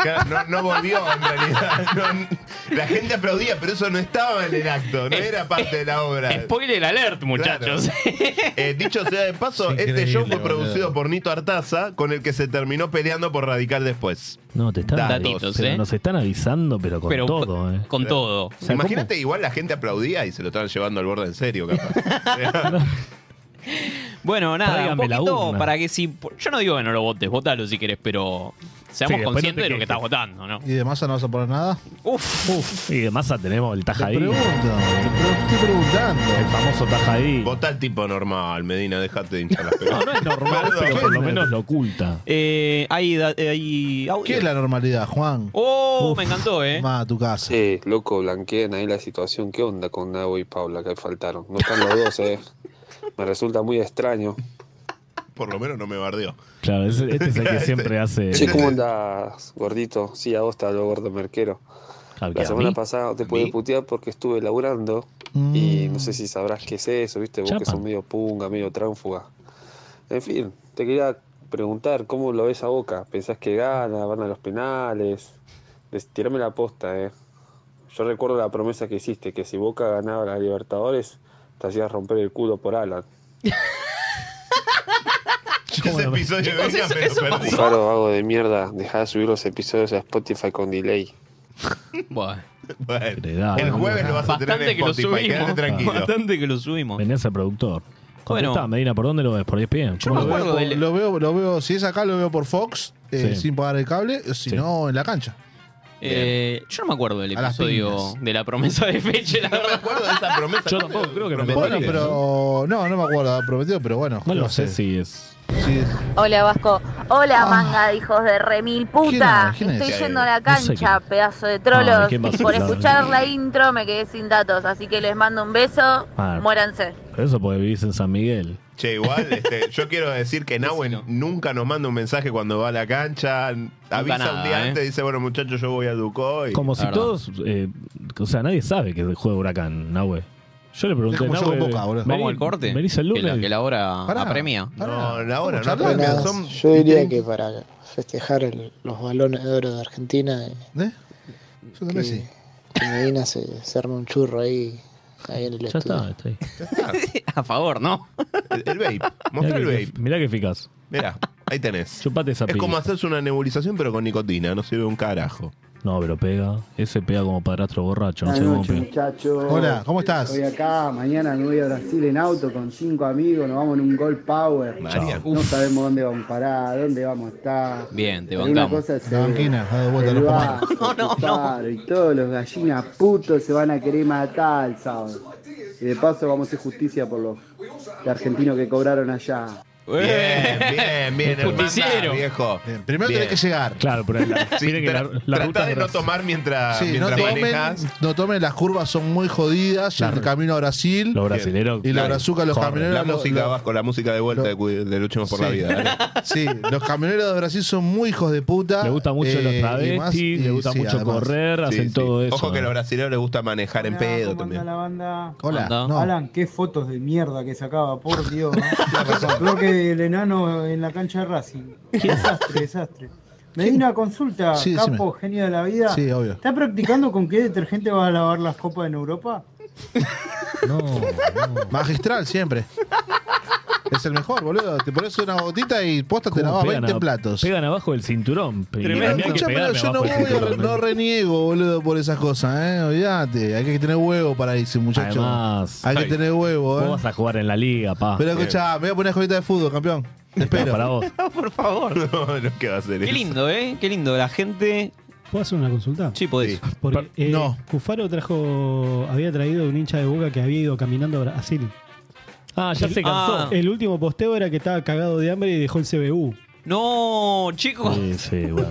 [SPEAKER 4] Claro, No, no volvió en realidad. No, la gente aplaudía, pero eso no estaba en el acto, no era parte de la obra.
[SPEAKER 5] Spoiler alert, muchachos.
[SPEAKER 4] Eh, dicho sea de paso, este
[SPEAKER 5] increíble,
[SPEAKER 4] show fue
[SPEAKER 5] boludo.
[SPEAKER 4] producido por Nito Artaza, con el que se terminó peleando por Radical después.
[SPEAKER 2] No, te están
[SPEAKER 4] Datitos,
[SPEAKER 2] pero
[SPEAKER 4] ¿eh?
[SPEAKER 2] Nos están avisando, pero con
[SPEAKER 4] Pero con-
[SPEAKER 2] todo, ¿eh?
[SPEAKER 5] Con todo.
[SPEAKER 2] O sea,
[SPEAKER 4] Imagínate, igual la gente aplaudía y se lo estaban llevando al borde en serio, capaz.
[SPEAKER 5] Bueno, nada, un
[SPEAKER 4] Tráigame la
[SPEAKER 5] poquito
[SPEAKER 4] urna.
[SPEAKER 5] para que si. Yo no digo que no lo votes, votalo si querés, pero
[SPEAKER 2] Sí,
[SPEAKER 5] seamos
[SPEAKER 2] después no te
[SPEAKER 5] conscientes de lo que
[SPEAKER 2] quejes.
[SPEAKER 5] estás votando, ¿no?
[SPEAKER 3] ¿Y de masa no vas a poner nada?
[SPEAKER 5] Uf.
[SPEAKER 2] Y de masa tenemos el taja ahí.
[SPEAKER 3] pregunto, te estoy preguntando.
[SPEAKER 2] El famoso taja ahí.
[SPEAKER 4] Votá al tipo normal, Medina, dejate de hinchar las pelotas.
[SPEAKER 2] No, no es normal, pero por lo menos lo oculta.
[SPEAKER 5] Eh, hay, da- eh, hay audio.
[SPEAKER 3] ¿Qué es la normalidad, Juan?
[SPEAKER 5] Oh, me encantó, eh.
[SPEAKER 3] Ma, tu casa.
[SPEAKER 21] Sí, loco, blanqueen ahí la situación. ¿Qué onda con Nabo y Paula que faltaron? No están los dos, eh. Me resulta muy extraño.
[SPEAKER 4] Por lo menos no me bardeó.
[SPEAKER 2] Claro, ese- este es el que siempre hace.
[SPEAKER 21] Che, ¿cómo andas, gordito? Sí, a vos está lo gordo merquero.
[SPEAKER 2] que
[SPEAKER 21] La
[SPEAKER 2] a
[SPEAKER 21] semana
[SPEAKER 2] mí?
[SPEAKER 21] pasada no te pude putear porque estuve laburando y no sé si sabrás qué es eso, ¿viste? Vos que
[SPEAKER 2] Mm. Chapa.
[SPEAKER 21] sos medio punga, medio tránfuga. En fin, te quería preguntar cómo lo ves a Boca. ¿Pensás que gana? ¿Van a los penales? Des- Tirame la posta, ¿eh? Yo recuerdo la promesa que hiciste, que si Boca ganaba la Libertadores, te hacías romper el culo por Alan.
[SPEAKER 4] Ese episodio venía, pero perdí.
[SPEAKER 21] Claro, hago de mierda. Dejá de subir los episodios a Spotify con delay.
[SPEAKER 5] Bueno.
[SPEAKER 4] el jueves lo vas a tener
[SPEAKER 5] Bastante
[SPEAKER 4] en
[SPEAKER 5] que lo
[SPEAKER 4] Spotify, quédate
[SPEAKER 5] subimos.
[SPEAKER 4] tranquilo.
[SPEAKER 5] Bastante que lo subimos.
[SPEAKER 2] Venía ese productor.
[SPEAKER 5] Bueno.
[SPEAKER 2] Bueno, Medina, ¿por dónde lo ves? ¿Por ESPN? ¿Cómo
[SPEAKER 3] lo,
[SPEAKER 2] lo ves?
[SPEAKER 3] veo, por- lo, veo, lo veo, si es acá, lo veo por Fox, eh,
[SPEAKER 2] Sí.
[SPEAKER 3] sin pagar el cable, si no, en la cancha.
[SPEAKER 5] Eh, yo no me acuerdo del
[SPEAKER 3] A las
[SPEAKER 5] episodio de la promesa de Feche, la verdad.
[SPEAKER 4] acuerdo de esa promesa.
[SPEAKER 2] Yo tampoco creo que me
[SPEAKER 3] Bueno,
[SPEAKER 2] parece.
[SPEAKER 3] pero. No, no me acuerdo, prometido, pero bueno.
[SPEAKER 2] No
[SPEAKER 3] no
[SPEAKER 2] lo sé si es.
[SPEAKER 3] Sí.
[SPEAKER 8] Hola Vasco, hola manga de hijos de remil puta.
[SPEAKER 3] Ah. ¿Quién es?
[SPEAKER 8] Estoy
[SPEAKER 3] ¿Quién es?
[SPEAKER 8] yendo a la
[SPEAKER 3] No sé
[SPEAKER 8] cancha, pedazo de
[SPEAKER 2] Ah,
[SPEAKER 8] trolos.
[SPEAKER 2] ¿quién va a ser?
[SPEAKER 8] Por
[SPEAKER 2] Claro.
[SPEAKER 8] escuchar la intro me quedé sin datos, así que les mando un beso.
[SPEAKER 2] Ah.
[SPEAKER 8] Muéranse.
[SPEAKER 2] Pero eso porque vivís en San Miguel.
[SPEAKER 4] Che, igual, este, yo quiero decir que Nahuen nunca nos manda un mensaje cuando va a la cancha. Avisa
[SPEAKER 2] nada,
[SPEAKER 4] un día
[SPEAKER 2] ¿eh?
[SPEAKER 4] antes, dice, bueno, muchachos, yo voy a Ducó. y-
[SPEAKER 2] Como si todos. eh, o sea, nadie sabe que juega Huracán, Nahue. Yo le pregunté.
[SPEAKER 4] Es como yo con
[SPEAKER 2] Nahue,
[SPEAKER 4] Boca, boludo.
[SPEAKER 2] vení-
[SPEAKER 4] Vamos al corte.
[SPEAKER 2] Venís el
[SPEAKER 4] Que
[SPEAKER 2] lunes.
[SPEAKER 4] la- que la
[SPEAKER 5] hora
[SPEAKER 4] Pará. apremia. No, la hora no apremia. Son
[SPEAKER 22] Yo diría que para festejar el- los balones de oro de Argentina, eh,
[SPEAKER 3] Yo
[SPEAKER 22] que, que Medina se, se arme un churro ahí, ahí en el
[SPEAKER 2] Ya
[SPEAKER 22] estudio.
[SPEAKER 2] está, está ahí.
[SPEAKER 5] A favor, ¿no?
[SPEAKER 4] El, el vape. Mostrá el
[SPEAKER 2] Mirá que-
[SPEAKER 4] vape.
[SPEAKER 2] Mirá que eficaz.
[SPEAKER 4] Mirá, ahí tenés.
[SPEAKER 2] Chupate esa
[SPEAKER 4] Es
[SPEAKER 2] pila.
[SPEAKER 4] como hacerse una nebulización, pero con nicotina. No sirve un carajo.
[SPEAKER 2] No, pero pega. Ese pega como padrastro borracho. No sé
[SPEAKER 23] Buenas
[SPEAKER 2] cómo
[SPEAKER 23] noches,
[SPEAKER 2] pega.
[SPEAKER 23] muchachos.
[SPEAKER 2] Hola, ¿cómo estás?
[SPEAKER 23] Estoy acá, mañana me voy a Brasil en auto con cinco amigos, nos vamos en un Gold Power.
[SPEAKER 4] María.
[SPEAKER 23] No sabemos dónde vamos a parar, dónde vamos a estar.
[SPEAKER 5] Bien, te
[SPEAKER 23] Pero
[SPEAKER 5] bancamos.
[SPEAKER 23] Una cosa es
[SPEAKER 5] La
[SPEAKER 23] el-
[SPEAKER 5] banquina, da de vuelta
[SPEAKER 23] el
[SPEAKER 5] los
[SPEAKER 23] bar,
[SPEAKER 5] comandos. No, no,
[SPEAKER 23] el
[SPEAKER 5] no.
[SPEAKER 23] paro Y todos los gallinas putos se van a querer matar el sábado. Y de paso vamos a hacer justicia por los argentinos que cobraron allá.
[SPEAKER 4] Bien, bien, bien. hermana,
[SPEAKER 23] Justiciero.
[SPEAKER 4] viejo.
[SPEAKER 3] Primero
[SPEAKER 4] Bien.
[SPEAKER 3] tenés que llegar.
[SPEAKER 2] Claro, pero la,
[SPEAKER 4] Sí,
[SPEAKER 2] miren que la,
[SPEAKER 4] tra-
[SPEAKER 2] la
[SPEAKER 4] tratá
[SPEAKER 2] ruta
[SPEAKER 4] de
[SPEAKER 2] es
[SPEAKER 4] no
[SPEAKER 2] Brasil.
[SPEAKER 4] tomar mientras,
[SPEAKER 3] Sí, no
[SPEAKER 4] mientras
[SPEAKER 3] tomen,
[SPEAKER 4] manejás.
[SPEAKER 3] no tomen, las curvas son muy jodidas. Ya el camino a Brasil.
[SPEAKER 2] Los brasileros.
[SPEAKER 3] Y los brazucas, los
[SPEAKER 4] Corre.
[SPEAKER 3] camioneros.
[SPEAKER 4] La
[SPEAKER 3] los-
[SPEAKER 4] música,
[SPEAKER 3] los-
[SPEAKER 4] Vasco, la música de vuelta de, cu- de Luchemos por la
[SPEAKER 3] Sí.
[SPEAKER 4] Vida. ¿eh? dale.
[SPEAKER 3] Sí, los camioneros de Brasil son muy hijos de puta.
[SPEAKER 2] Le gusta mucho los
[SPEAKER 3] eh, y más,
[SPEAKER 2] travestis,
[SPEAKER 3] y
[SPEAKER 2] le gusta
[SPEAKER 3] sí,
[SPEAKER 2] mucho
[SPEAKER 3] además.
[SPEAKER 2] correr,
[SPEAKER 4] Sí,
[SPEAKER 2] hacen
[SPEAKER 4] sí.
[SPEAKER 2] todo eso.
[SPEAKER 4] Ojo que a los brasileños les gusta manejar en pedo también.
[SPEAKER 24] la banda?
[SPEAKER 4] Hola. Anda. No.
[SPEAKER 24] Alan, qué fotos de mierda que sacaba, por Dios. Lo que el enano en la cancha de Racing. Desastre, desastre. Me di una consulta,
[SPEAKER 3] Sí, decime.
[SPEAKER 24] Capo, genio de la vida.
[SPEAKER 3] Sí, obvio.
[SPEAKER 24] ¿Estás practicando con qué detergente vas a lavar las copas en Europa?
[SPEAKER 3] No, no. Magistral siempre. Es el mejor, boludo. Te pones una gotita y posta te
[SPEAKER 2] ¿Cómo
[SPEAKER 3] lavas
[SPEAKER 2] pegan
[SPEAKER 3] 20
[SPEAKER 2] a-
[SPEAKER 3] platos.
[SPEAKER 2] Pegan abajo del cinturón. pe-
[SPEAKER 3] Pero
[SPEAKER 2] y a mí hay que
[SPEAKER 3] escuchá, pero
[SPEAKER 2] pegarme
[SPEAKER 3] yo no,
[SPEAKER 2] abajo
[SPEAKER 3] voy
[SPEAKER 2] del
[SPEAKER 3] a-
[SPEAKER 2] cinturón,
[SPEAKER 3] no
[SPEAKER 2] ¿no?
[SPEAKER 3] reniego, boludo, por esas cosas, ¿eh? Olvídate. Hay que tener huevo para irse, muchacho.
[SPEAKER 2] Además,
[SPEAKER 3] Hay que
[SPEAKER 2] Ay.
[SPEAKER 3] tener huevo,
[SPEAKER 2] Vos
[SPEAKER 3] ¿eh?
[SPEAKER 2] vas a jugar en la liga, pa.
[SPEAKER 3] Pero escuchá, me voy a poner jodita de fútbol, campeón. Te espero.
[SPEAKER 2] para vos.
[SPEAKER 5] Por favor.
[SPEAKER 4] No, no, ¿qué va a hacer
[SPEAKER 5] Qué
[SPEAKER 4] eso?
[SPEAKER 5] lindo, ¿eh? Qué lindo. La gente.
[SPEAKER 9] ¿Puedo hacer una consulta?
[SPEAKER 5] Sí, podés.
[SPEAKER 9] Porque eh, Cufaro trajo, había traído un hincha de Boca que había ido caminando a Brasil.
[SPEAKER 2] Ah, ya se
[SPEAKER 5] cansó.
[SPEAKER 9] El último posteo era que estaba cagado de hambre y dejó el CBU.
[SPEAKER 5] No, chicos.
[SPEAKER 2] Sí, sí, bueno.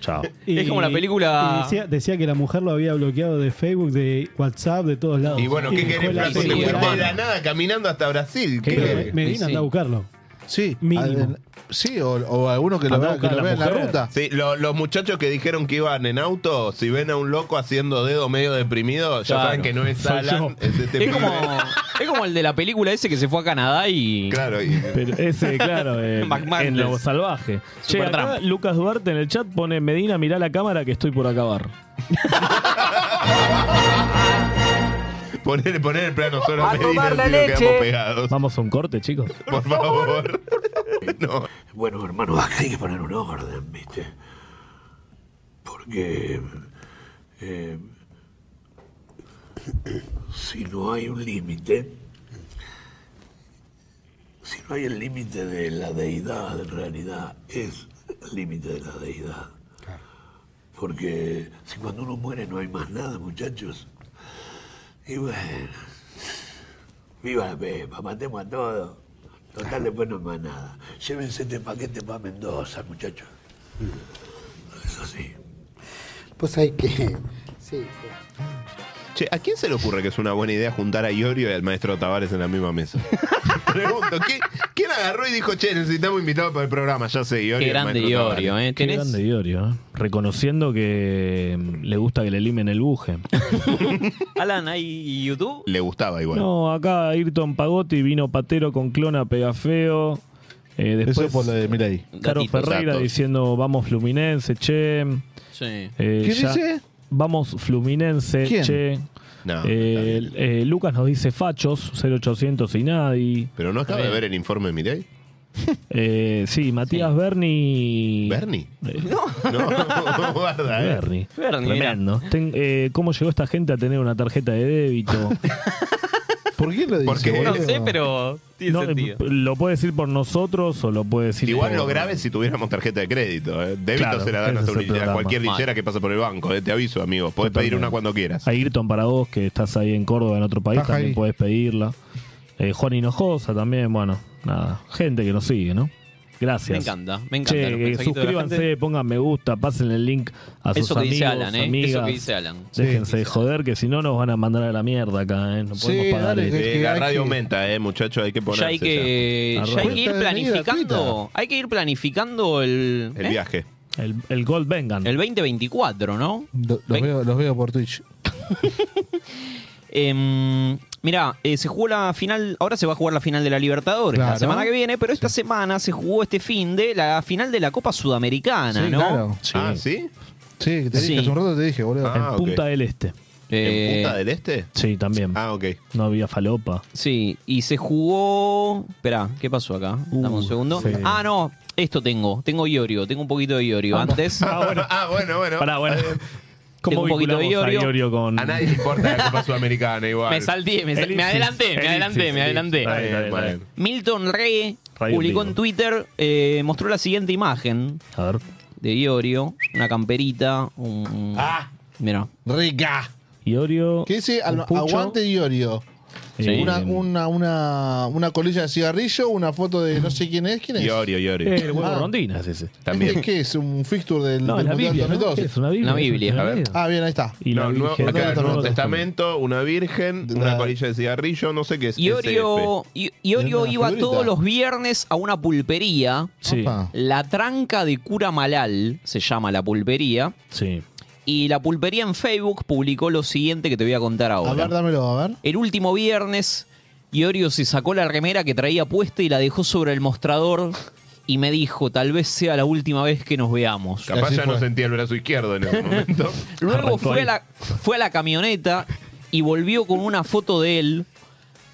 [SPEAKER 2] Chao.
[SPEAKER 9] Y-
[SPEAKER 5] Es como la película.
[SPEAKER 9] y decía, decía que la mujer lo había bloqueado de Facebook, de WhatsApp, de todos lados.
[SPEAKER 4] Y bueno, ¿qué
[SPEAKER 9] dejó
[SPEAKER 4] querés,
[SPEAKER 9] la
[SPEAKER 4] Franco? Te
[SPEAKER 9] serie.
[SPEAKER 4] fuiste de la nada caminando hasta Brasil. ¿Qué
[SPEAKER 9] Pero
[SPEAKER 4] querés?
[SPEAKER 9] Medina anda a buscarlo.
[SPEAKER 3] Sí,
[SPEAKER 4] Mínimo.
[SPEAKER 3] al- sí o, o alguno que lo
[SPEAKER 4] Andá a
[SPEAKER 3] vea, que
[SPEAKER 4] buscar
[SPEAKER 3] lo
[SPEAKER 4] a
[SPEAKER 3] vea en
[SPEAKER 4] la
[SPEAKER 3] la
[SPEAKER 4] mujer.
[SPEAKER 3] ruta.
[SPEAKER 4] Sí, lo- los muchachos que dijeron que iban en auto, si ven a un loco haciendo dedo medio deprimido, ya
[SPEAKER 5] Claro.
[SPEAKER 4] saben que no es
[SPEAKER 5] Soy
[SPEAKER 4] Alan,
[SPEAKER 5] yo.
[SPEAKER 4] es este
[SPEAKER 5] Es como, es como el de la película ese que se fue a Canadá y.
[SPEAKER 4] Claro,
[SPEAKER 2] Pero ese, claro, eh,
[SPEAKER 5] McManus.
[SPEAKER 2] en lo salvaje. Che, acá
[SPEAKER 5] Supertramp.
[SPEAKER 2] Lucas Duarte en el chat pone, Medina, mirá la cámara que estoy por acabar.
[SPEAKER 4] poner, poner el plano solo a Medina,
[SPEAKER 20] tomar la
[SPEAKER 4] si no quedamos
[SPEAKER 20] leche.
[SPEAKER 4] pegados.
[SPEAKER 2] Vamos a un corte, chicos.
[SPEAKER 4] Por favor. no.
[SPEAKER 7] Bueno, hermano, acá hay que poner un orden, ¿viste? Porque. eh, si no hay un límite. Si no hay el límite de la deidad, en realidad es el límite de la deidad. Porque si cuando uno muere no hay más nada, muchachos. Y bueno. Viva la pepa, matemos a todos. Total, después no es más nada. Llévense este paquete para Mendoza, muchachos. Eso sí.
[SPEAKER 4] Pues hay que. pues. Che, ¿a quién se le ocurre que es una buena idea juntar a Iorio y al maestro Tavares en la misma mesa? Pregunto, ¿quién, quién agarró y dijo, che, necesitamos invitado para el programa? Ya sé, Iorio.
[SPEAKER 5] Qué
[SPEAKER 4] y el
[SPEAKER 5] grande
[SPEAKER 4] maestro
[SPEAKER 5] Iorio,
[SPEAKER 4] Tavares.
[SPEAKER 5] ¿eh?
[SPEAKER 2] Qué
[SPEAKER 5] ¿Tenés?
[SPEAKER 2] grande Iorio, ¿eh? Reconociendo que mm, le gusta que le limen el buje.
[SPEAKER 5] Alan, ¿hay YouTube?
[SPEAKER 4] Le gustaba igual.
[SPEAKER 2] No, acá Ayrton Pagotti vino patero con clona Pegafeo. Eh, después
[SPEAKER 3] Eso por lo de Milei.
[SPEAKER 2] Caro
[SPEAKER 3] Gatitos,
[SPEAKER 2] Ferreira
[SPEAKER 3] datos.
[SPEAKER 2] diciendo vamos Fluminense, che.
[SPEAKER 5] Sí.
[SPEAKER 2] Eh,
[SPEAKER 3] ¿Qué
[SPEAKER 2] ya-
[SPEAKER 3] dice?
[SPEAKER 2] Vamos Fluminense,
[SPEAKER 3] ¿Quién?
[SPEAKER 2] che.
[SPEAKER 4] No,
[SPEAKER 2] Eh, eh, Lucas nos dice fachos, 0800 y nadie.
[SPEAKER 4] Pero no acaba de ver el informe de Milei.
[SPEAKER 2] Eh, sí, Matías Berni. Eh,
[SPEAKER 4] ¿Berni? No, guarda, eh.
[SPEAKER 2] Berni.
[SPEAKER 4] Berni, mirá.
[SPEAKER 2] Tremendo. Ten- eh, ¿Cómo llegó esta gente a tener una tarjeta de débito?
[SPEAKER 3] ¿Por qué lo dice?
[SPEAKER 4] Porque
[SPEAKER 5] No sé, pero tiene
[SPEAKER 2] No,
[SPEAKER 5] sentido.
[SPEAKER 2] eh, ¿Lo puede decir por nosotros o lo puede decir
[SPEAKER 4] Igual
[SPEAKER 2] por-
[SPEAKER 4] lo grave es si tuviéramos tarjeta de crédito. ¿eh? Débito
[SPEAKER 2] Claro,
[SPEAKER 4] se la dan
[SPEAKER 2] ese
[SPEAKER 4] hasta
[SPEAKER 2] es
[SPEAKER 4] un
[SPEAKER 2] el
[SPEAKER 4] lillera,
[SPEAKER 2] programa.
[SPEAKER 4] cualquier lillera que pase por el banco. eh, Te aviso, amigo. Podés pedir una cuando quieras.
[SPEAKER 2] A Ayrton para vos, que estás ahí en Córdoba, en otro país,
[SPEAKER 4] Estás
[SPEAKER 2] también
[SPEAKER 4] ahí.
[SPEAKER 2] podés pedirla. Eh, Juan Hinojosa también, bueno, nada. Gente que nos sigue, ¿no? Gracias.
[SPEAKER 5] Me encanta, me encanta
[SPEAKER 2] Che,
[SPEAKER 5] los
[SPEAKER 2] eh,
[SPEAKER 5] mensajitos de la gente.
[SPEAKER 2] suscríbanse, pongan me gusta, pasen el link a sus
[SPEAKER 5] Eso que
[SPEAKER 2] amigos,
[SPEAKER 5] dice Alan, ¿eh?
[SPEAKER 2] amigas.
[SPEAKER 5] Eso que dice Alan.
[SPEAKER 2] Déjense de joder, que si no nos van a mandar a la mierda acá, ¿eh? No podemos pagar esto.
[SPEAKER 4] Eh, la radio aumenta, eh, muchachos. Hay que ponerse.
[SPEAKER 5] Ya hay que,
[SPEAKER 4] ya.
[SPEAKER 5] ya hay
[SPEAKER 4] Cuenta
[SPEAKER 5] que ir
[SPEAKER 4] de vida
[SPEAKER 5] planificando. Hay que ir planificando el. ¿eh?
[SPEAKER 4] El viaje.
[SPEAKER 2] El, el Gold Vengan.
[SPEAKER 5] El 2024, ¿no?
[SPEAKER 3] Lo- los, veo, los veo por Twitch.
[SPEAKER 5] Em, mirá, eh, se jugó la final, ahora se va a jugar la final de la Libertadores la
[SPEAKER 3] Claro.
[SPEAKER 5] semana que viene, pero esta semana se jugó este fin de la final de la Copa Sudamericana,
[SPEAKER 3] Sí,
[SPEAKER 5] ¿no?
[SPEAKER 3] claro.
[SPEAKER 4] Ah, ¿sí?
[SPEAKER 3] Sí, que te dije,
[SPEAKER 5] Sí.
[SPEAKER 3] hace un rato te dije, boludo.
[SPEAKER 4] Ah, ok.
[SPEAKER 2] Punta del Este.
[SPEAKER 5] Eh,
[SPEAKER 4] ¿En Punta del Este?
[SPEAKER 2] Sí, también.
[SPEAKER 4] Ah, ok.
[SPEAKER 2] No había falopa.
[SPEAKER 5] Sí, y se jugó. Esperá, ¿qué pasó acá? Dame un segundo.
[SPEAKER 2] Uh, sí.
[SPEAKER 5] Ah, no, esto tengo, tengo Iorio, tengo un poquito de Iorio antes.
[SPEAKER 4] Ah, bueno, ah, bueno. bueno.
[SPEAKER 2] Pará, bueno.
[SPEAKER 5] Tengo un poquito de
[SPEAKER 2] vinculamos
[SPEAKER 5] Iorio.
[SPEAKER 2] a con...
[SPEAKER 4] A nadie le importa la Copa Sudamericana igual. Eh,
[SPEAKER 5] Me salté, me, sal- me
[SPEAKER 2] Elipsis,
[SPEAKER 5] adelanté, me
[SPEAKER 2] elipsis,
[SPEAKER 5] adelanté, me
[SPEAKER 2] elipsis.
[SPEAKER 5] adelanté.
[SPEAKER 2] Está bien, está bien, está bien.
[SPEAKER 5] Milton Rey
[SPEAKER 2] Radio
[SPEAKER 5] publicó
[SPEAKER 2] en
[SPEAKER 5] en Twitter, eh, mostró la siguiente imagen
[SPEAKER 2] A ver.
[SPEAKER 5] de Iorio, una camperita, un...
[SPEAKER 3] Ah.
[SPEAKER 5] Mira.
[SPEAKER 3] Rica.
[SPEAKER 2] Iorio.
[SPEAKER 3] ¿Qué dice?
[SPEAKER 2] un
[SPEAKER 3] Al-
[SPEAKER 2] pucho.
[SPEAKER 3] aguante Iorio.
[SPEAKER 2] Sí.
[SPEAKER 3] Una, una, una, una colilla de cigarrillo, una foto de no sé quién es. ¿Quién es?
[SPEAKER 4] Iorio, Iorio.
[SPEAKER 2] Eh, el huevo
[SPEAKER 3] Ah.
[SPEAKER 2] Rondina es ese.
[SPEAKER 4] También.
[SPEAKER 3] ¿Es que es? ¿Un fixture del,
[SPEAKER 2] No, es
[SPEAKER 3] del
[SPEAKER 2] la
[SPEAKER 3] Mundial
[SPEAKER 2] Biblia, ¿no?
[SPEAKER 3] 2012?
[SPEAKER 2] Es una Biblia.
[SPEAKER 5] Una Biblia.
[SPEAKER 2] una
[SPEAKER 4] A ver.
[SPEAKER 3] Ah, bien, ahí está.
[SPEAKER 2] Y
[SPEAKER 4] No,
[SPEAKER 2] la
[SPEAKER 4] nuevo,
[SPEAKER 2] Virgen-
[SPEAKER 4] acá el Nuevo
[SPEAKER 2] Nuevo
[SPEAKER 4] Testamento, una virgen, una colilla de cigarrillo, no sé qué es.
[SPEAKER 5] Iorio,
[SPEAKER 4] SF.
[SPEAKER 5] I- Iorio
[SPEAKER 4] Es una
[SPEAKER 5] iba
[SPEAKER 4] figurita.
[SPEAKER 5] todos los viernes a una pulpería.
[SPEAKER 2] Sí.
[SPEAKER 3] Opa.
[SPEAKER 5] La tranca de cura malal se llama la pulpería.
[SPEAKER 2] Sí.
[SPEAKER 5] Y la pulpería en Facebook publicó lo siguiente que te voy a contar ahora.
[SPEAKER 3] A ver, dámelo, a ver.
[SPEAKER 5] El último viernes, Iorio se sacó la remera que traía puesta y la dejó sobre el mostrador y me dijo, tal vez sea la última vez que nos veamos.
[SPEAKER 4] Capaz
[SPEAKER 3] Así
[SPEAKER 4] ya no
[SPEAKER 3] fue.
[SPEAKER 4] sentía el brazo izquierdo en ese momento.
[SPEAKER 5] Luego
[SPEAKER 2] Arrancó
[SPEAKER 5] fue a,
[SPEAKER 2] ahí.
[SPEAKER 5] la, fue a la camioneta y volvió con una foto de él,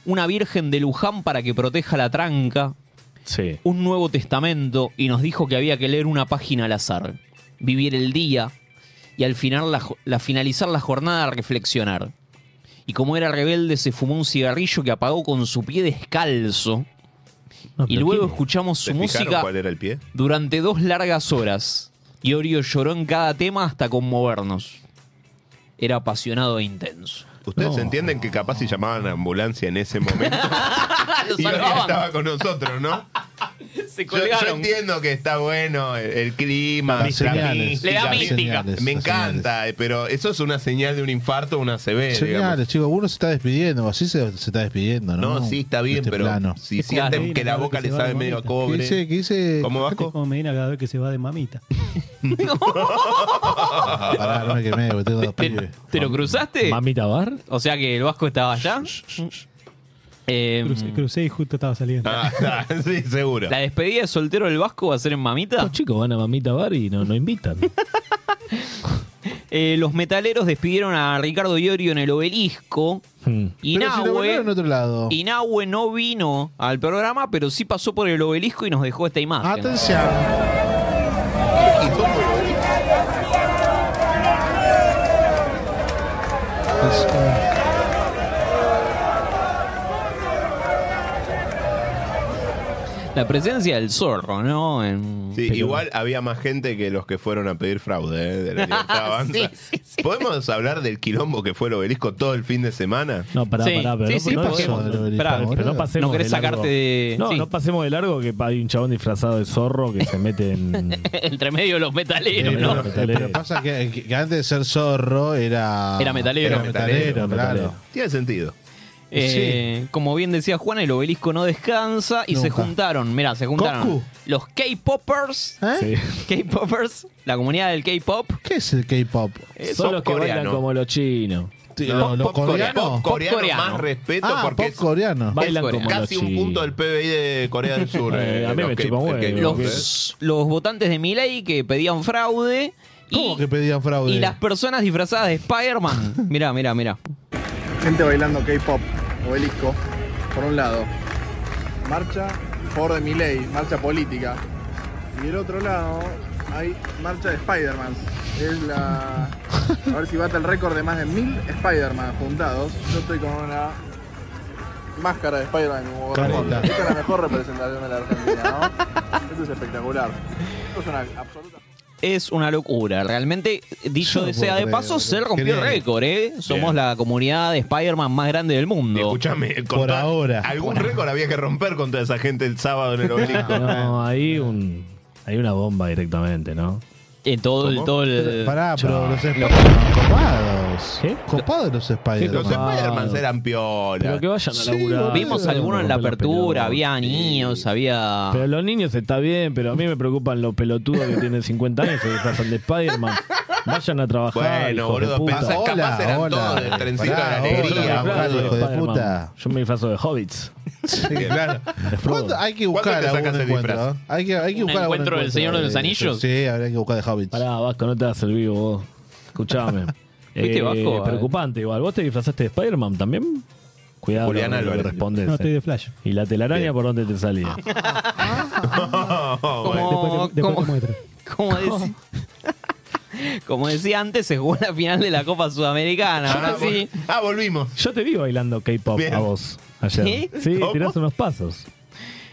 [SPEAKER 5] una virgen de Luján para que proteja la tranca,
[SPEAKER 2] Sí.
[SPEAKER 5] un Nuevo Testamento y nos dijo que había que leer una página al azar, vivir el día y al final la, jo- la- finalizar la jornada reflexionar. Y como era rebelde se fumó un cigarrillo que apagó con su pie descalzo
[SPEAKER 2] No,
[SPEAKER 5] y
[SPEAKER 2] pero
[SPEAKER 5] luego
[SPEAKER 2] ¿quién?
[SPEAKER 5] escuchamos
[SPEAKER 4] ¿Se
[SPEAKER 5] su
[SPEAKER 4] fijaron
[SPEAKER 5] música
[SPEAKER 4] cuál era el pie?
[SPEAKER 5] durante dos largas horas. Iorio lloró en cada tema hasta conmovernos. Era apasionado e intenso.
[SPEAKER 4] Ustedes entienden que capaz si llamaban a ambulancia en ese momento,
[SPEAKER 5] Lo
[SPEAKER 4] Iorio
[SPEAKER 5] salvaban.
[SPEAKER 4] estaba con nosotros, ¿no?
[SPEAKER 5] Se
[SPEAKER 4] Yo, yo
[SPEAKER 5] colgaron.
[SPEAKER 4] entiendo que está bueno el, el clima,
[SPEAKER 3] Las
[SPEAKER 4] la
[SPEAKER 3] señales.
[SPEAKER 4] mística.
[SPEAKER 3] Le da
[SPEAKER 4] Me-
[SPEAKER 3] mística.
[SPEAKER 4] Me
[SPEAKER 3] Las
[SPEAKER 4] encanta, eh, pero eso es una señal de un infarto o una CV, digamos.
[SPEAKER 3] Señales, chicos, uno se está despidiendo, así se, se está despidiendo, ¿no?
[SPEAKER 4] No, sí, está
[SPEAKER 3] De
[SPEAKER 4] bien,
[SPEAKER 3] este
[SPEAKER 4] pero
[SPEAKER 3] plano.
[SPEAKER 4] si sienten que la boca le sabe medio a
[SPEAKER 3] ¿Qué
[SPEAKER 4] cobre.
[SPEAKER 3] dice? ¿Qué dice?
[SPEAKER 4] ¿Cómo
[SPEAKER 9] Fíjate cómo me viene cada vez que se va de mamita.
[SPEAKER 4] Ah,
[SPEAKER 3] Pará, no me quemé, porque tengo dos pibes.
[SPEAKER 5] ¿Te lo cruzaste?
[SPEAKER 2] Mamita Bar.
[SPEAKER 5] O sea que el Vasco estaba allá. Em,
[SPEAKER 9] Crucé, crucé y justo estaba saliendo.
[SPEAKER 4] Ah, sí, seguro.
[SPEAKER 5] ¿La despedida de soltero del Vasco va a ser en Mamita?
[SPEAKER 2] Los chicos van a Mamita Bar y no, no invitan.
[SPEAKER 5] Eh, los metaleros despidieron a Ricardo Iorio en el obelisco.
[SPEAKER 4] Hmm.
[SPEAKER 5] Y
[SPEAKER 3] Pero si lo
[SPEAKER 5] Nahue,
[SPEAKER 3] mandaron en otro lado.
[SPEAKER 5] Inahue no vino al programa, pero sí pasó por el obelisco y nos dejó esta imagen.
[SPEAKER 3] Atención. Es, eh,
[SPEAKER 5] La presencia del zorro, ¿no? En-
[SPEAKER 4] Sí,
[SPEAKER 5] pero-
[SPEAKER 4] igual había más gente que los que fueron a pedir fraude ¿eh? de la libertad avanza.
[SPEAKER 5] Sí,
[SPEAKER 4] ¿Podemos hablar del quilombo que fue el obelisco todo el fin de semana?
[SPEAKER 2] No, pará,
[SPEAKER 4] Sí,
[SPEAKER 2] pará, pero
[SPEAKER 4] sí,
[SPEAKER 2] no,
[SPEAKER 4] sí,
[SPEAKER 2] no
[SPEAKER 4] porque-
[SPEAKER 2] pasemos del
[SPEAKER 4] pará,
[SPEAKER 2] obelisco,
[SPEAKER 4] boludo.
[SPEAKER 2] pero no pasemos
[SPEAKER 4] No querés
[SPEAKER 2] de largo.
[SPEAKER 4] sacarte de-
[SPEAKER 2] No,
[SPEAKER 4] sí.
[SPEAKER 2] no pasemos de largo que hay un chabón disfrazado de zorro que se mete en.
[SPEAKER 5] Entre medio de los metaleros,
[SPEAKER 3] pero,
[SPEAKER 5] ¿no?
[SPEAKER 3] pero pasa que, que antes de ser zorro era.
[SPEAKER 5] Era metalero.
[SPEAKER 3] Ah, Era metalero,
[SPEAKER 5] Metalero,
[SPEAKER 3] claro.
[SPEAKER 5] metalero.
[SPEAKER 4] Tiene sentido.
[SPEAKER 5] Eh, Como bien decía Juan, el obelisco no descansa y se
[SPEAKER 4] Nunca.
[SPEAKER 5] juntaron, mirá, se juntaron
[SPEAKER 3] Goku. ¿Eh?
[SPEAKER 5] los K-Poppers, K-Poppers, la comunidad del K-Pop,
[SPEAKER 3] ¿Qué es el K-pop?
[SPEAKER 5] Eh,
[SPEAKER 2] Son los que
[SPEAKER 5] coreano.
[SPEAKER 2] bailan como los chinos.
[SPEAKER 3] No, los coreanos.
[SPEAKER 4] Pop coreano, más respeto
[SPEAKER 3] Ah,
[SPEAKER 4] porque
[SPEAKER 3] pop
[SPEAKER 4] es
[SPEAKER 3] coreano.
[SPEAKER 4] es
[SPEAKER 2] Bailan como
[SPEAKER 4] casi
[SPEAKER 2] los
[SPEAKER 4] un
[SPEAKER 2] chinos.
[SPEAKER 4] punto del PBI de Corea del Sur.
[SPEAKER 2] Eh,
[SPEAKER 4] eh,
[SPEAKER 2] a mí
[SPEAKER 4] los
[SPEAKER 2] me
[SPEAKER 4] que-
[SPEAKER 2] chupa un
[SPEAKER 4] el que-
[SPEAKER 2] huevo.
[SPEAKER 5] los, los votantes de Milei que pedían fraude y,
[SPEAKER 3] ¿Cómo que pedían fraude?
[SPEAKER 5] y las personas disfrazadas de Spider-Man. mirá, mirá, mirá.
[SPEAKER 6] Gente bailando K-pop, obelisco, por un lado. Marcha a favor de mi ley, marcha política. Y del otro lado hay marcha de Spider-Man. Es la. A ver si bate el récord de más de mil Spider-Man juntados. Yo estoy con una máscara de Spider-Man como Gorrón.
[SPEAKER 3] Careta.
[SPEAKER 6] Esta es la mejor representación de la Argentina, ¿no? Esto es espectacular. Esto es una absoluta.
[SPEAKER 5] Es una locura, realmente, dicho
[SPEAKER 6] Yo no
[SPEAKER 5] sea de
[SPEAKER 6] puedo
[SPEAKER 5] paso,
[SPEAKER 6] creer,
[SPEAKER 5] se
[SPEAKER 6] boludo.
[SPEAKER 5] rompió el
[SPEAKER 6] Genial.
[SPEAKER 5] récord, ¿eh? Somos
[SPEAKER 4] Bien.
[SPEAKER 5] la comunidad de Spider-Man más grande del mundo.
[SPEAKER 4] Escúchame,
[SPEAKER 5] Por ahora.
[SPEAKER 4] Algún récord había que romper contra esa gente el sábado en el obelisco.
[SPEAKER 2] No, hay un. Hay una bomba directamente, ¿no?
[SPEAKER 5] En todo el. Todo el
[SPEAKER 3] Pará, pero los
[SPEAKER 2] Chao.
[SPEAKER 3] Spider-Man copados. Copados los Spider-Man.
[SPEAKER 4] Los Spider-Man eran piola.
[SPEAKER 2] Pero que vayan a
[SPEAKER 3] Sí,
[SPEAKER 2] laburar.
[SPEAKER 5] Vimos algunos en la apertura, había niños, había.
[SPEAKER 2] Pero los niños está bien, pero a mí me preocupan los pelotudos que tienen 50 años que disfrazan de Spider-Man. Vayan a trabajar.
[SPEAKER 4] Bueno,
[SPEAKER 2] hijos de
[SPEAKER 4] boludo,
[SPEAKER 2] puta.
[SPEAKER 4] pensás, capaz eran todos del trencito de la
[SPEAKER 2] Yo me
[SPEAKER 4] alegría.
[SPEAKER 2] disfrazo
[SPEAKER 4] boludo.
[SPEAKER 2] Spider-Man. Yo me disfrazo de hobbits.
[SPEAKER 4] Sí, claro.
[SPEAKER 3] ¿Cuándo- Hay que
[SPEAKER 4] ¿Cuándo
[SPEAKER 3] buscar
[SPEAKER 4] te sacas
[SPEAKER 3] algún
[SPEAKER 4] el
[SPEAKER 3] encuentro.
[SPEAKER 4] disfraz?
[SPEAKER 3] ¿eh? Hay que, hay que
[SPEAKER 5] ¿Un
[SPEAKER 3] buscar algún
[SPEAKER 5] encuentro del Señor de los
[SPEAKER 3] eh,
[SPEAKER 5] Anillos?
[SPEAKER 3] Sí, habría que buscar de Hobbits.
[SPEAKER 2] Pará, Vasco, no te vas a servir vos. Escuchame. Eh,
[SPEAKER 5] Viste, Vasco, a ver.
[SPEAKER 2] Preocupante igual. ¿Vos te disfrazaste de Spider-Man también? Cuidado
[SPEAKER 4] Julián
[SPEAKER 2] con lo que
[SPEAKER 4] Álvarez. Ah.
[SPEAKER 2] respondes.
[SPEAKER 9] No,
[SPEAKER 2] eh.
[SPEAKER 9] estoy de flash.
[SPEAKER 2] ¿Y la telaraña por dónde te salía?
[SPEAKER 4] Oh,
[SPEAKER 5] Como, como- como deci- como decía antes, se jugó la final de la Copa Sudamericana. Ahora sí.
[SPEAKER 4] Ah, volvimos.
[SPEAKER 2] Yo te vi bailando K-pop
[SPEAKER 5] Bien.
[SPEAKER 2] a vos ayer.
[SPEAKER 5] ¿Sí?
[SPEAKER 2] Sí,
[SPEAKER 5] ¿Cómo?
[SPEAKER 2] tirás unos pasos.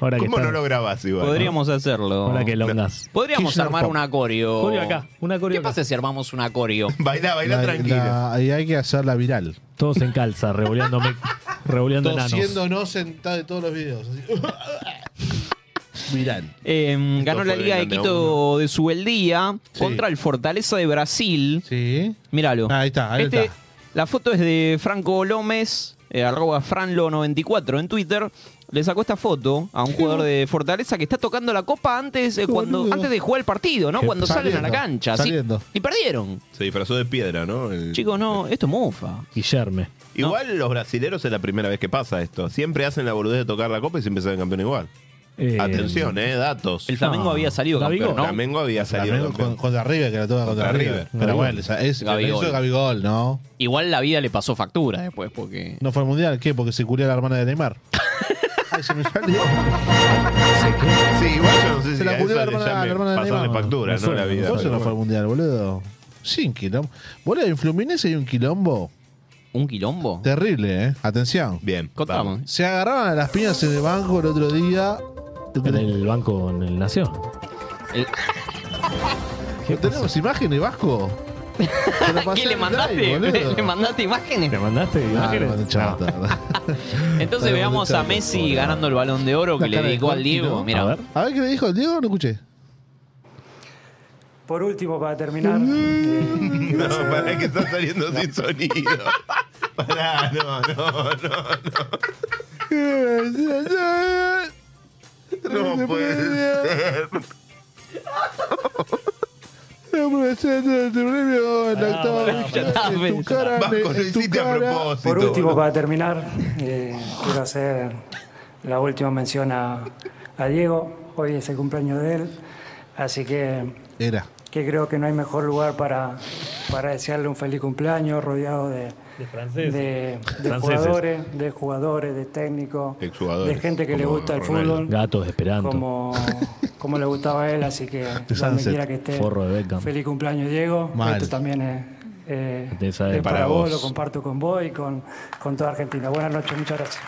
[SPEAKER 2] Ahora que
[SPEAKER 4] ¿Cómo
[SPEAKER 2] estás-
[SPEAKER 4] no lo grabás igual?
[SPEAKER 5] Podríamos hacerlo.
[SPEAKER 2] Ahora que longas.
[SPEAKER 5] Podríamos
[SPEAKER 2] Kirchner
[SPEAKER 5] armar
[SPEAKER 2] Pop.
[SPEAKER 5] un acorio.
[SPEAKER 2] Corio acá,
[SPEAKER 5] ¿Qué pasa si armamos un acorio?
[SPEAKER 4] baila,
[SPEAKER 3] La- la- y hay que hacerla viral.
[SPEAKER 2] Todos en calza, revoleándome, revoleando enanos.
[SPEAKER 3] no sentado de todos los videos. Viral.
[SPEAKER 5] Eh, ganó
[SPEAKER 3] fue
[SPEAKER 5] la Liga de
[SPEAKER 3] Vengan de a
[SPEAKER 5] Quito de Subeldía contra el Fortaleza de Brasil.
[SPEAKER 3] Sí. Ah,
[SPEAKER 5] Míralo. Este,
[SPEAKER 3] Ahí está, ahí está.
[SPEAKER 5] La foto es de Franco Lómez, eh, arroba franlo94 en Twitter. Le sacó esta foto a un jugador de Fortaleza que está tocando la copa antes, eh, cuando,
[SPEAKER 4] boludo.
[SPEAKER 5] antes de jugar el partido, ¿no?
[SPEAKER 4] Qué
[SPEAKER 5] Cuando salen a la
[SPEAKER 4] saliendo,
[SPEAKER 5] cancha. así.
[SPEAKER 4] saliendo.
[SPEAKER 5] Y perdieron.
[SPEAKER 4] Se disfrazó de piedra, ¿no? El-
[SPEAKER 5] Chicos, no, esto es mufa.
[SPEAKER 2] Guillerme.
[SPEAKER 4] Igual los brasileros es la primera vez que pasa esto. Siempre hacen la boludez de tocar la copa y siempre salen campeón igual.
[SPEAKER 2] Eh,
[SPEAKER 4] Atención, eh, datos.
[SPEAKER 5] El Flamengo No. había salido campeón, ¿no?
[SPEAKER 4] Flamengo había salido
[SPEAKER 3] Flamengo
[SPEAKER 4] campeón.
[SPEAKER 3] con- contra River, que la toca contra,
[SPEAKER 4] Contra
[SPEAKER 3] River.
[SPEAKER 4] River.
[SPEAKER 3] Pero bueno, o sea, es,
[SPEAKER 5] Gabigol.
[SPEAKER 3] eso es Gabigol, ¿no?
[SPEAKER 5] Igual la vida le pasó factura después, porque.
[SPEAKER 3] No fue al mundial, ¿qué? Porque se culió a la hermana de Neymar. Ay, se me salió.
[SPEAKER 4] Sí, igual yo no sé si
[SPEAKER 3] Se la
[SPEAKER 4] a
[SPEAKER 3] culió
[SPEAKER 4] eso
[SPEAKER 3] la
[SPEAKER 4] le
[SPEAKER 3] hermana,
[SPEAKER 4] llame
[SPEAKER 3] la hermana de
[SPEAKER 4] pasarle
[SPEAKER 3] Neymar.
[SPEAKER 4] factura, ¿no? La vida.
[SPEAKER 3] Por eso no fue al mundial, boludo. Sin quilombo. Boludo, en Fluminense hay un quilombo.
[SPEAKER 5] ¿Un quilombo?
[SPEAKER 3] Terrible, ¿eh? Atención.
[SPEAKER 4] Bien.
[SPEAKER 5] Contamos. vamos.
[SPEAKER 3] Se agarraron a las piñas en el banco el otro día.
[SPEAKER 2] En el banco, en el Nación.
[SPEAKER 3] ¿No tenemos imágenes, Vasco?
[SPEAKER 5] ¿Qué le mandaste?
[SPEAKER 3] boludo.
[SPEAKER 5] ¿Le mandaste imágenes?
[SPEAKER 2] ¿Le mandaste
[SPEAKER 3] imágenes? Ah, No, chata,
[SPEAKER 5] Entonces veamos a Messi ganando el balón de oro que le dedicó al Diego. Mira,
[SPEAKER 3] a ver. A ver qué le dijo el Diego, no escuché.
[SPEAKER 25] Por último, para terminar. eh,
[SPEAKER 4] No, pará que está saliendo sin sonido. Pará, no, no, no, no. No puede ser.
[SPEAKER 3] este
[SPEAKER 11] Ah,
[SPEAKER 25] Ah, Por último, para terminar, eh, quiero hacer la última mención a, a Diego. Hoy es el cumpleaños de él, así que,
[SPEAKER 3] Era.
[SPEAKER 25] que creo que no hay mejor lugar para, para desearle un feliz cumpleaños rodeado de,
[SPEAKER 2] De franceses.
[SPEAKER 25] de- de
[SPEAKER 2] Franceses.
[SPEAKER 25] jugadores, de jugadores, de técnicos,
[SPEAKER 2] Exjugadores,
[SPEAKER 25] de gente que le
[SPEAKER 2] como
[SPEAKER 25] gusta el
[SPEAKER 2] Ronaldo.
[SPEAKER 25] fútbol.
[SPEAKER 2] Gatos, Esperanto.
[SPEAKER 25] Como, como le gustaba a él, así que donde
[SPEAKER 2] Sunset,
[SPEAKER 25] quiera que esté.
[SPEAKER 2] forro de Beckham.
[SPEAKER 25] Feliz cumpleaños, Diego.
[SPEAKER 2] Mal.
[SPEAKER 25] Esto también es, eh,
[SPEAKER 2] De esa
[SPEAKER 25] es
[SPEAKER 2] época.
[SPEAKER 25] para vos,
[SPEAKER 2] Para
[SPEAKER 25] lo
[SPEAKER 2] vos.
[SPEAKER 25] comparto con vos y con, con toda Argentina. Buenas noches, muchas gracias.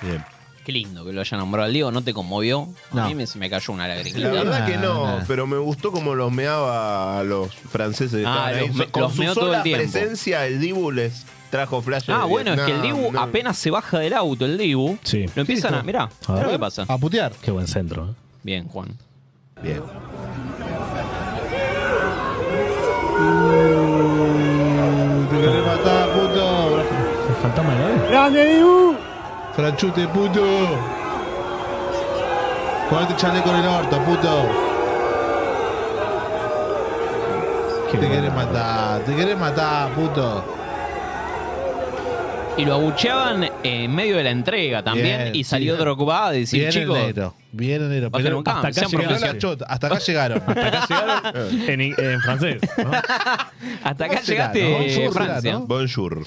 [SPEAKER 5] qué lindo que lo haya nombrado al Diego. ¿No te conmovió? A mí me, se me cayó una lagrimita.
[SPEAKER 4] La verdad que no,
[SPEAKER 5] Ah.
[SPEAKER 4] pero me gustó como los meaba a los franceses. que
[SPEAKER 5] Ah,
[SPEAKER 4] estaban ahí.
[SPEAKER 5] los me-
[SPEAKER 4] Con
[SPEAKER 5] los
[SPEAKER 4] su
[SPEAKER 5] meó todo
[SPEAKER 4] sola
[SPEAKER 5] el tiempo.
[SPEAKER 4] presencia, el Dibu les trajo flash.
[SPEAKER 5] Ah, bueno, es que el Dibu apenas se baja del auto, el Dibu. Sí. Lo empiezan a. Mirá, mirá lo que pasa.
[SPEAKER 3] A putear.
[SPEAKER 2] Qué buen centro. ¿eh?
[SPEAKER 5] Bien, Juan.
[SPEAKER 4] Bien.
[SPEAKER 3] Te querés matar, puto.
[SPEAKER 2] El fantasma de la vez.
[SPEAKER 3] ¡Grande, Dibu! ¡Franchute, puto! Ponete chaleco en el orto, puto. te querés matar, te querés matar, puto.
[SPEAKER 5] Y lo abucheaban en medio de la entrega también.
[SPEAKER 3] Bien,
[SPEAKER 5] y salió
[SPEAKER 3] sí.
[SPEAKER 5] Drogba a decir,
[SPEAKER 3] Bien
[SPEAKER 5] chicos.
[SPEAKER 3] enero, bien enero.
[SPEAKER 5] bajen
[SPEAKER 3] Pero
[SPEAKER 5] un
[SPEAKER 3] hasta
[SPEAKER 5] cambio,
[SPEAKER 3] acá
[SPEAKER 5] sean
[SPEAKER 3] llegaron.
[SPEAKER 5] profesionales.
[SPEAKER 3] chota, hasta acá llegaron. Hasta acá llegaron.
[SPEAKER 2] en, en francés.
[SPEAKER 5] Hasta acá
[SPEAKER 3] ¿Cómo será,
[SPEAKER 5] llegaste, ¿eh?
[SPEAKER 3] no? Bonjour será,
[SPEAKER 5] Francia.
[SPEAKER 3] ¿no?
[SPEAKER 4] Bonjour.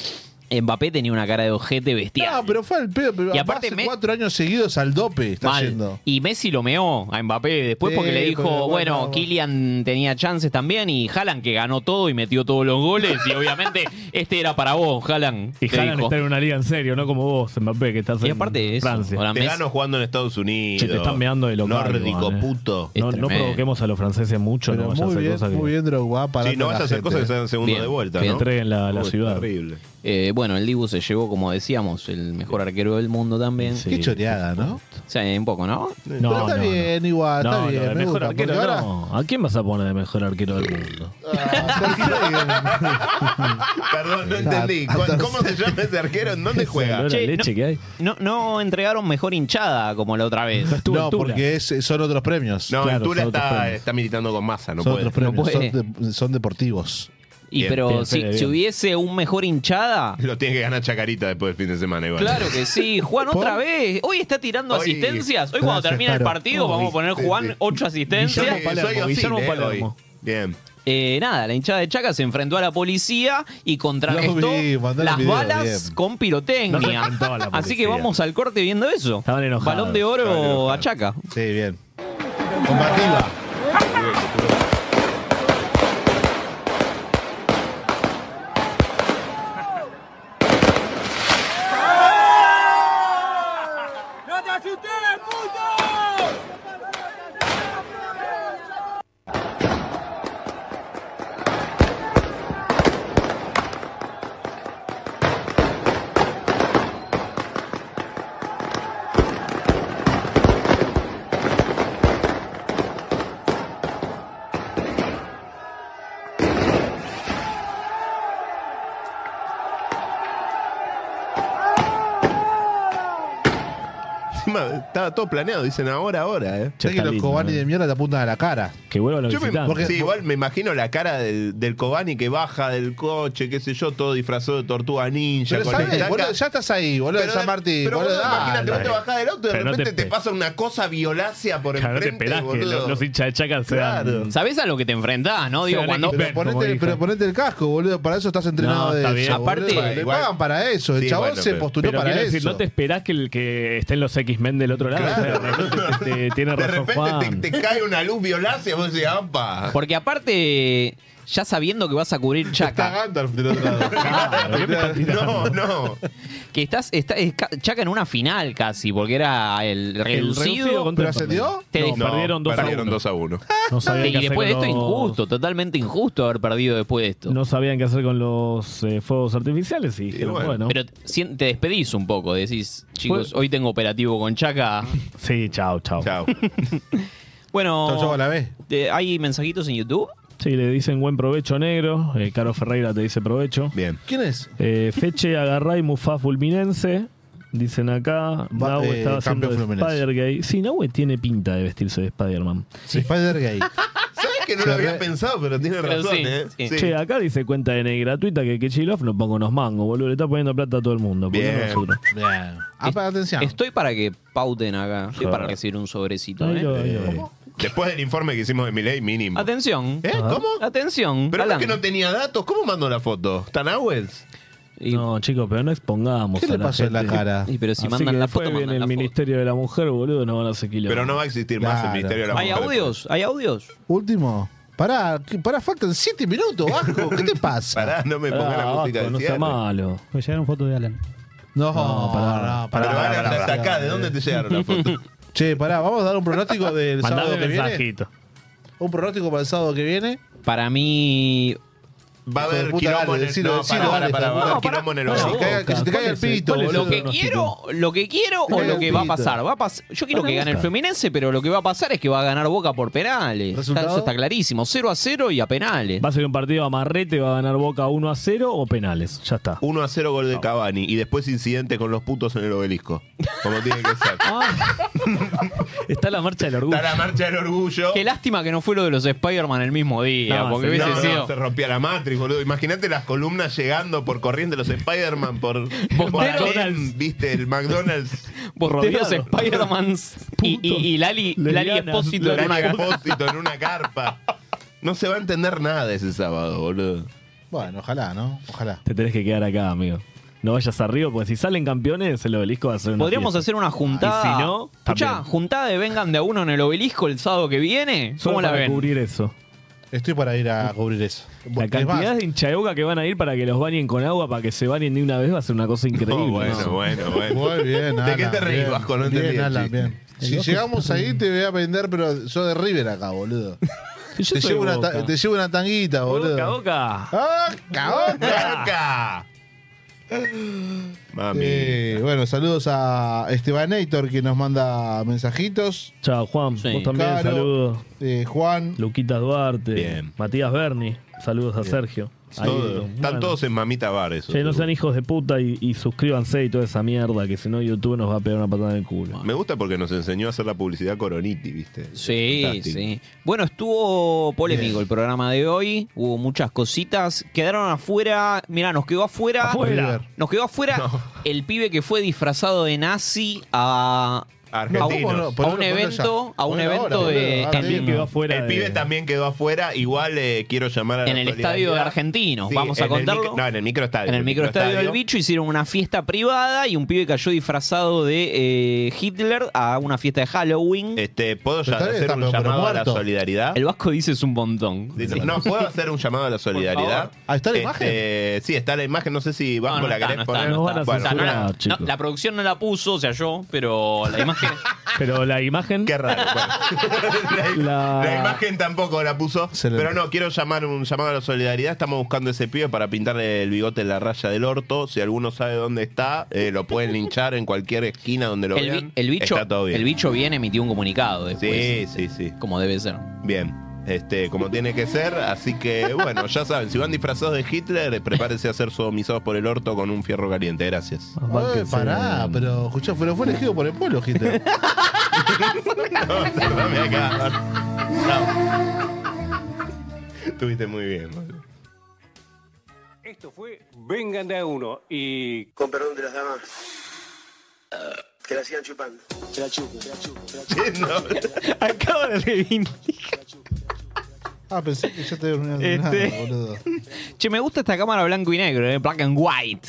[SPEAKER 5] Mbappé tenía una cara de ojete bestial.
[SPEAKER 3] No, pero fue el pedo. Pero
[SPEAKER 5] Y aparte
[SPEAKER 3] hace
[SPEAKER 5] me-
[SPEAKER 3] cuatro años seguidos al dope está
[SPEAKER 5] Mal.
[SPEAKER 3] yendo.
[SPEAKER 5] Y Messi lo meó a Mbappé después
[SPEAKER 3] Sí,
[SPEAKER 5] porque le dijo,
[SPEAKER 3] pero bueno,
[SPEAKER 5] bueno,
[SPEAKER 3] bueno.
[SPEAKER 5] Kylian tenía chances también y Haaland que ganó todo y metió todos los goles y obviamente este era para vos, Haaland.
[SPEAKER 2] Y
[SPEAKER 5] le
[SPEAKER 2] Haaland
[SPEAKER 5] dijo.
[SPEAKER 2] está en una liga en serio, no como vos, Mbappé, que estás
[SPEAKER 5] Y
[SPEAKER 2] en
[SPEAKER 5] aparte de eso,
[SPEAKER 2] Francia.
[SPEAKER 5] ahora
[SPEAKER 4] Te gano jugando en Estados Unidos.
[SPEAKER 2] Che, te están meando de local,
[SPEAKER 4] Nórdico,
[SPEAKER 2] igual, eh.
[SPEAKER 4] puto.
[SPEAKER 2] No, no provoquemos a los franceses mucho,
[SPEAKER 3] Pero
[SPEAKER 2] no vaya a
[SPEAKER 3] muy
[SPEAKER 2] hacer
[SPEAKER 3] bien,
[SPEAKER 2] cosas que...
[SPEAKER 3] muy bien, Drogba. parando
[SPEAKER 4] Sí,
[SPEAKER 3] a
[SPEAKER 4] no
[SPEAKER 3] la
[SPEAKER 4] vayas a hacer
[SPEAKER 3] gente.
[SPEAKER 4] cosas que sean segundo de vuelta,
[SPEAKER 5] bien.
[SPEAKER 4] ¿no?
[SPEAKER 2] Entreguen la, la
[SPEAKER 4] Uy,
[SPEAKER 2] ciudad.
[SPEAKER 4] Terrible.
[SPEAKER 5] Eh, bueno, el Dibu se llevó, como decíamos, el mejor arquero del mundo también.
[SPEAKER 3] Qué choreada, ¿no?
[SPEAKER 5] Sí, un poco, ¿no?
[SPEAKER 3] No, Pero está bien, igual,
[SPEAKER 2] No,
[SPEAKER 3] está
[SPEAKER 2] no,
[SPEAKER 3] bien.
[SPEAKER 2] de
[SPEAKER 3] me
[SPEAKER 2] mejor
[SPEAKER 3] gusta,
[SPEAKER 2] arquero
[SPEAKER 3] porque ahora-
[SPEAKER 2] no. ¿A quién vas a poner de mejor arquero del mundo?
[SPEAKER 4] Perdón, no entendí. ¿Cu- ¿Cómo se llama ese arquero? ¿En dónde juega?
[SPEAKER 5] Che, no, no- no entregaron mejor hinchada como la otra vez.
[SPEAKER 3] No, porque es- son otros premios.
[SPEAKER 4] No,
[SPEAKER 3] Claro,
[SPEAKER 4] el Tula
[SPEAKER 3] son otros
[SPEAKER 4] está,
[SPEAKER 3] premios.
[SPEAKER 4] está militando con masa, no
[SPEAKER 3] son
[SPEAKER 4] puede.
[SPEAKER 3] otros premios,
[SPEAKER 5] no puede.
[SPEAKER 3] son, de- son deportivos.
[SPEAKER 5] Y
[SPEAKER 4] Bien,
[SPEAKER 5] pero
[SPEAKER 4] bien,
[SPEAKER 5] si,
[SPEAKER 4] Fede,
[SPEAKER 5] si
[SPEAKER 4] bien.
[SPEAKER 5] hubiese un mejor hinchada.
[SPEAKER 4] Lo tiene que ganar Chacarita después del fin de semana, igual.
[SPEAKER 5] Claro que sí, Juan otra vez. Hoy está tirando
[SPEAKER 4] Hoy-
[SPEAKER 5] asistencias. Hoy cuando
[SPEAKER 4] Gracias,
[SPEAKER 5] termina el
[SPEAKER 4] Caro.
[SPEAKER 5] partido
[SPEAKER 4] Hoy,
[SPEAKER 5] vamos a poner
[SPEAKER 4] sí, sí.
[SPEAKER 5] Juan ocho asistencias.
[SPEAKER 4] Guillermo Palermo, Soy hostil, Guillermo eh, Palermo. Bien.
[SPEAKER 5] Eh, nada, la hinchada de Chaca se enfrentó a la policía y contrarrestó
[SPEAKER 3] Lo vi, mandá el
[SPEAKER 5] las
[SPEAKER 3] video,
[SPEAKER 5] balas
[SPEAKER 3] bien.
[SPEAKER 5] con
[SPEAKER 3] No se
[SPEAKER 5] pirotecnia.
[SPEAKER 3] enfrentó a la
[SPEAKER 5] Así que
[SPEAKER 3] policía.
[SPEAKER 5] vamos al corte viendo eso. Balón de
[SPEAKER 3] Estaban
[SPEAKER 5] oro
[SPEAKER 3] enojados.
[SPEAKER 5] a Chaca.
[SPEAKER 3] Sí, bien. Combativa.
[SPEAKER 20] ¡No te asustes, puto!
[SPEAKER 4] Encima estaba todo planeado, dicen ahora, ahora, eh.
[SPEAKER 3] Sé que los Cobani de mierda te apuntan a la cara.
[SPEAKER 2] Que vuelvan
[SPEAKER 4] Yo me- sí, igual me imagino la cara del, del Cobani que baja del coche, qué sé yo, todo disfrazado de tortuga ninja.
[SPEAKER 3] Pero
[SPEAKER 4] con la
[SPEAKER 3] sabes,
[SPEAKER 4] estaca.
[SPEAKER 3] boludo, ya estás ahí, boludo, de
[SPEAKER 4] Pero
[SPEAKER 3] San
[SPEAKER 4] de-
[SPEAKER 3] Martín.
[SPEAKER 4] Pero
[SPEAKER 3] boludo,
[SPEAKER 4] boludo, imagínate,
[SPEAKER 3] dale.
[SPEAKER 4] vos te bajás del auto y de
[SPEAKER 2] Pero no te
[SPEAKER 4] repente te,
[SPEAKER 2] pe-
[SPEAKER 4] pasa una cosa violácea por
[SPEAKER 2] Claro, no te
[SPEAKER 4] enfrente,
[SPEAKER 2] esperás que
[SPEAKER 4] boludo.
[SPEAKER 2] lo- los hinchas de Chaca sean...
[SPEAKER 5] ¿Sabés a lo que te enfrentás, Ah, no? Digo,
[SPEAKER 2] Sean
[SPEAKER 5] cuando.
[SPEAKER 2] expertos,
[SPEAKER 3] Pero ponete, pero ponete el casco, boludo. Para eso estás entrenado
[SPEAKER 2] No,
[SPEAKER 3] de
[SPEAKER 2] está
[SPEAKER 3] eso.
[SPEAKER 2] bien.
[SPEAKER 3] boludo.
[SPEAKER 2] Aparte-
[SPEAKER 3] le
[SPEAKER 2] Igual-
[SPEAKER 3] pagan para eso. El
[SPEAKER 2] Sí,
[SPEAKER 3] chabón
[SPEAKER 2] bueno,
[SPEAKER 3] se
[SPEAKER 2] pero-
[SPEAKER 3] postuló
[SPEAKER 2] pero
[SPEAKER 3] para
[SPEAKER 2] quiero
[SPEAKER 3] eso.
[SPEAKER 2] decir, no te esperás que, el, que estén los X-Men del otro lado. O sea, de repente te- te- Este, tiene razón
[SPEAKER 4] De repente
[SPEAKER 2] Juan.
[SPEAKER 4] ah, te, te cae una luz violácea y vos decís, ¡ampa!
[SPEAKER 5] Porque aparte, ya sabiendo que vas a cubrir Chaca. Está
[SPEAKER 3] Gandalf del otro lado.
[SPEAKER 5] ¿qué me estás
[SPEAKER 4] No,
[SPEAKER 5] tirando?
[SPEAKER 4] no.
[SPEAKER 5] Que estás, está, es ca- Chaca en una final casi, porque era el reducido.
[SPEAKER 2] reducido contra ¿Pero el ascendió? Fernández.
[SPEAKER 5] Te
[SPEAKER 2] No,
[SPEAKER 5] des-
[SPEAKER 2] perdieron dos a
[SPEAKER 4] perdieron
[SPEAKER 2] uno.
[SPEAKER 4] 2 a 1.
[SPEAKER 2] No sabían qué
[SPEAKER 5] y
[SPEAKER 2] hacer
[SPEAKER 5] después de
[SPEAKER 2] con
[SPEAKER 5] esto,
[SPEAKER 2] los-
[SPEAKER 5] injusto, totalmente injusto haber perdido después de esto.
[SPEAKER 2] No sabían qué hacer con los eh, fuegos artificiales y dijeron, bueno.
[SPEAKER 5] Pero sien- te despedís un poco, decís, chicos, hoy tengo operativo con Chaca.
[SPEAKER 2] Sí, chao, chao.
[SPEAKER 4] Chao.
[SPEAKER 5] bueno,
[SPEAKER 2] Chau, chau, a la vez.
[SPEAKER 5] eh, ¿hay mensajitos en YouTube?
[SPEAKER 2] Sí, le dicen buen provecho negro. Eh, Caro Ferreira te dice provecho.
[SPEAKER 4] Bien.
[SPEAKER 3] ¿Quién es?
[SPEAKER 2] Eh, Feche Agarray Mufá Fulminense. Dicen acá, Nahue
[SPEAKER 3] eh,
[SPEAKER 2] estaba haciendo
[SPEAKER 3] campeón
[SPEAKER 2] de
[SPEAKER 3] Fluminense.
[SPEAKER 2] Spider-Gay. Sí, Nahue tiene pinta de vestirse de Spider-Man.
[SPEAKER 3] Spider-Gay.
[SPEAKER 4] ¿Sabes que no
[SPEAKER 2] Se
[SPEAKER 4] lo había
[SPEAKER 2] re-
[SPEAKER 4] pensado, pero tiene
[SPEAKER 2] Pero
[SPEAKER 4] razón,
[SPEAKER 2] sí,
[SPEAKER 4] eh?
[SPEAKER 2] Che, acá dice cuenta de N gratuita que Kechilov no ponga unos mangos, boludo. Le está poniendo plata a todo el mundo. ¿por qué no
[SPEAKER 5] Bien.
[SPEAKER 2] nosotros?
[SPEAKER 3] Ah, atención.
[SPEAKER 5] Estoy para que pauten acá. Estoy para recibir un sobrecito.
[SPEAKER 2] Ahí
[SPEAKER 5] ¿eh?
[SPEAKER 2] lo-
[SPEAKER 4] Después del informe que hicimos de Milei, mínimo.
[SPEAKER 5] Atención.
[SPEAKER 4] ¿Eh? ¿Cómo?
[SPEAKER 5] Atención.
[SPEAKER 4] Pero no es que no tenía datos. ¿Cómo mandó la foto? ¿Tan Wells?
[SPEAKER 2] No, chicos, pero no expongamos.
[SPEAKER 4] ¿Qué
[SPEAKER 2] a
[SPEAKER 4] le pasó en la
[SPEAKER 2] gente.
[SPEAKER 4] cara? Y pero si
[SPEAKER 2] Así
[SPEAKER 4] mandan
[SPEAKER 2] que
[SPEAKER 4] la
[SPEAKER 2] después
[SPEAKER 4] foto,
[SPEAKER 2] viene
[SPEAKER 4] mandan
[SPEAKER 2] el
[SPEAKER 4] la
[SPEAKER 2] Ministerio de la Mujer, boludo, no van a hacer quilombo.
[SPEAKER 4] Pero no va a existir más el
[SPEAKER 2] Claro.
[SPEAKER 4] Ministerio de la
[SPEAKER 5] ¿Hay
[SPEAKER 4] Mujer.
[SPEAKER 5] audios? ¿Hay audios?
[SPEAKER 3] Último. Pará, que- pará, faltan 7 minutos, Vasco. ¿Qué te pasa?
[SPEAKER 4] Pará, no me ponga
[SPEAKER 2] Ah,
[SPEAKER 4] la música de cierre.
[SPEAKER 2] malo.
[SPEAKER 9] Me Pues llegaron fotos de Alan.
[SPEAKER 3] No, pará, no, pará.
[SPEAKER 4] Pero
[SPEAKER 3] pará,
[SPEAKER 4] ahora
[SPEAKER 3] pará,
[SPEAKER 4] hasta
[SPEAKER 3] pará.
[SPEAKER 4] acá, ¿de dónde te llegaron las fotos?
[SPEAKER 3] Che, pará, vamos a dar un pronóstico del
[SPEAKER 5] Mandame
[SPEAKER 3] sábado que viene.
[SPEAKER 5] mensajito.
[SPEAKER 3] Un pronóstico para el sábado que viene.
[SPEAKER 5] Para mí.
[SPEAKER 4] Va a
[SPEAKER 3] Hijo de
[SPEAKER 4] haber
[SPEAKER 3] puta,
[SPEAKER 4] quilombo
[SPEAKER 3] dale,
[SPEAKER 4] en el
[SPEAKER 3] decilo,
[SPEAKER 4] no,
[SPEAKER 3] decilo,
[SPEAKER 4] pará,
[SPEAKER 3] dale,
[SPEAKER 4] pará, pará,
[SPEAKER 3] hijo de
[SPEAKER 4] va a haber
[SPEAKER 3] puta.
[SPEAKER 4] quilombo en el
[SPEAKER 3] No,
[SPEAKER 4] hocico.
[SPEAKER 3] que caiga- que se te caiga el pito, boludo.
[SPEAKER 5] Lo que quiero, lo que quiero o
[SPEAKER 3] Caiga
[SPEAKER 5] lo
[SPEAKER 3] el
[SPEAKER 5] que va a
[SPEAKER 3] pito.
[SPEAKER 5] pasar. Va a pas- yo quiero
[SPEAKER 3] No me
[SPEAKER 5] que gane el
[SPEAKER 3] gusta.
[SPEAKER 5] Fluminense, pero lo que va a pasar es que va a ganar Boca por penales. Está-
[SPEAKER 2] ¿Resultado?
[SPEAKER 5] eso está clarísimo. 0 a 0 y a penales.
[SPEAKER 2] Va a ser un partido amarrete, va a ganar Boca 1 a 0 o penales. Ya está.
[SPEAKER 4] 1 a 0 gol de Cavani y después incidente con los putos en el obelisco. Como tiene que ser.
[SPEAKER 2] Está la marcha del orgullo.
[SPEAKER 4] Está la marcha del orgullo.
[SPEAKER 5] Qué lástima que no fue lo de los Spider-Man el mismo día,
[SPEAKER 4] No,
[SPEAKER 5] ah, porque
[SPEAKER 4] se-
[SPEAKER 5] hubiese
[SPEAKER 4] no, no,
[SPEAKER 5] sido.
[SPEAKER 4] se rompía la matriz, boludo. Imagínate las columnas llegando por corriente los Spider-Man por, por
[SPEAKER 5] Bosteros.
[SPEAKER 4] Alem, viste, el McDonald's.
[SPEAKER 5] Bosteros Spider-Mans y, y, y Lali, Lali Espósito en una
[SPEAKER 4] Lali Espósito en una carpa. No se va a entender nada ese sábado, boludo.
[SPEAKER 3] Bueno, ojalá, ¿no? Ojalá.
[SPEAKER 2] Te tenés que quedar acá, amigo. No vayas arriba, porque si salen campeones, el obelisco va a ser una
[SPEAKER 5] Podríamos
[SPEAKER 2] fiesta. Ah,
[SPEAKER 5] hacer una juntada.
[SPEAKER 2] Y si no,
[SPEAKER 5] Escuchá,
[SPEAKER 2] también.
[SPEAKER 5] juntada de vengan de a uno en el obelisco el sábado que viene.
[SPEAKER 2] Solo
[SPEAKER 5] ¿Cómo la
[SPEAKER 2] para
[SPEAKER 5] ven?
[SPEAKER 2] cubrir eso.
[SPEAKER 3] Estoy para ir a cubrir eso.
[SPEAKER 2] La
[SPEAKER 3] Es
[SPEAKER 2] cantidad
[SPEAKER 3] más,
[SPEAKER 2] de hincha de Boca que van a ir para que los bañen con agua, para que se bañen de una vez, va a ser una cosa increíble.
[SPEAKER 4] No, bueno,
[SPEAKER 2] ¿no?
[SPEAKER 4] bueno, bueno.
[SPEAKER 3] Muy bien,
[SPEAKER 4] ¿De qué te reís,
[SPEAKER 3] bien,
[SPEAKER 4] Vasco? No
[SPEAKER 3] bien,
[SPEAKER 4] entendí el
[SPEAKER 3] Alan,
[SPEAKER 4] chiste.
[SPEAKER 3] bien. Si llegamos ahí te voy a vender, pero yo de River acá, boludo.
[SPEAKER 2] Yo
[SPEAKER 3] Te
[SPEAKER 2] soy
[SPEAKER 3] llevo, una
[SPEAKER 2] Boca.
[SPEAKER 3] ta- te llevo una tanguita, boludo.
[SPEAKER 2] Boca, boca.
[SPEAKER 4] Ah,
[SPEAKER 3] ¡Boca, boca!
[SPEAKER 4] ¡Boca! Mami.
[SPEAKER 3] Eh, bueno, saludos a Estebanator que nos manda mensajitos.
[SPEAKER 2] Chao, Juan. Vos también,
[SPEAKER 3] Caro, eh,
[SPEAKER 2] saludos.
[SPEAKER 3] Juan.
[SPEAKER 2] Luquitas Duarte. Matías Berni. Saludos a Sergio. Ahí,
[SPEAKER 4] Todo-
[SPEAKER 2] bueno.
[SPEAKER 4] están todos en mamita bar eso.
[SPEAKER 2] Che, no sean hijos de puta y, y suscríbanse y toda esa mierda, que si no YouTube nos va a pegar una patada en el culo.
[SPEAKER 4] Me gusta porque nos enseñó a hacer la publicidad Coroniti, ¿viste?
[SPEAKER 5] Sí,
[SPEAKER 4] Fantástico.
[SPEAKER 5] sí. Bueno, estuvo polémico el programa de hoy. Hubo muchas cositas. Quedaron afuera. Mirá, nos quedó afuera.
[SPEAKER 4] Afuera.
[SPEAKER 5] Nos quedó afuera el pibe que fue disfrazado de nazi a.
[SPEAKER 4] Argentinos.
[SPEAKER 5] a un- a
[SPEAKER 4] Ponelo,
[SPEAKER 5] un,
[SPEAKER 4] ponelo
[SPEAKER 5] evento,
[SPEAKER 4] ya.
[SPEAKER 5] a un
[SPEAKER 4] Ponelo
[SPEAKER 5] evento
[SPEAKER 4] ahora,
[SPEAKER 5] de.
[SPEAKER 4] ponelo.
[SPEAKER 5] en-
[SPEAKER 4] Argentino. El pibe también quedó afuera. Igual eh, quiero llamar a la
[SPEAKER 5] En el
[SPEAKER 4] actualidad.
[SPEAKER 5] estadio de Argentinos, vamos
[SPEAKER 4] en
[SPEAKER 5] a
[SPEAKER 4] el
[SPEAKER 5] contarlo.
[SPEAKER 4] micro- no, en el microestadio.
[SPEAKER 5] En el microestadio del bicho hicieron una fiesta privada y un pibe cayó disfrazado de eh, Hitler a una fiesta de Halloween.
[SPEAKER 4] Este, ¿Puedo ya
[SPEAKER 5] Pero está-
[SPEAKER 4] hacer
[SPEAKER 5] está-
[SPEAKER 4] un
[SPEAKER 5] pero- pero
[SPEAKER 4] llamado a la
[SPEAKER 5] muerto.
[SPEAKER 4] solidaridad?
[SPEAKER 5] El Vasco dice es un montón.
[SPEAKER 4] Dice- No, ¿puedo hacer un llamado a la solidaridad?
[SPEAKER 5] favor.
[SPEAKER 4] ¿Ahí Ah, está la imagen? Eh, Sí, está la imagen. No sé si Vasco
[SPEAKER 5] no
[SPEAKER 4] la
[SPEAKER 5] está,
[SPEAKER 4] querés
[SPEAKER 5] no está,
[SPEAKER 4] poner.
[SPEAKER 5] no está.
[SPEAKER 4] Bueno,
[SPEAKER 5] O sea, no la-
[SPEAKER 4] bueno.
[SPEAKER 5] no, la producción no la puso, o sea, yo, pero la imagen.
[SPEAKER 2] Pero la imagen.
[SPEAKER 4] Qué raro.
[SPEAKER 2] la...
[SPEAKER 4] La imagen tampoco la puso. Pero no, quiero llamar un llamado a la solidaridad. Estamos buscando ese pibe para pintarle el bigote en la raya del orto. Si alguno sabe dónde está, eh, lo pueden linchar en cualquier esquina donde lo
[SPEAKER 5] el, bi-
[SPEAKER 4] vean.
[SPEAKER 5] el bicho,
[SPEAKER 4] Está todo bien.
[SPEAKER 5] el bicho bien emitió un comunicado
[SPEAKER 4] Sí,
[SPEAKER 5] después.
[SPEAKER 4] sí, sí.
[SPEAKER 5] Como debe ser.
[SPEAKER 4] Bien. Este, como tiene que ser, así que bueno, ya saben, si van disfrazados de Hitler, prepárense a ser sodomizados por el orto con un fierro caliente. Gracias.
[SPEAKER 3] Eh, pará, pero escuchá, pero fue elegido por el pueblo, Hitler.
[SPEAKER 4] Dame acá. Estuviste muy bien, boludo.
[SPEAKER 10] Esto fue Vengan de a uno y.
[SPEAKER 11] Con perdón de las damas. Que la sigan chupando. Que la chupen, que la chupen, que la chupen.
[SPEAKER 5] Acaba de adivinar.
[SPEAKER 3] ah, pensé que ya te había
[SPEAKER 5] Este-
[SPEAKER 3] boludo.
[SPEAKER 5] Che, me gusta esta cámara blanco y negro, eh, black and white.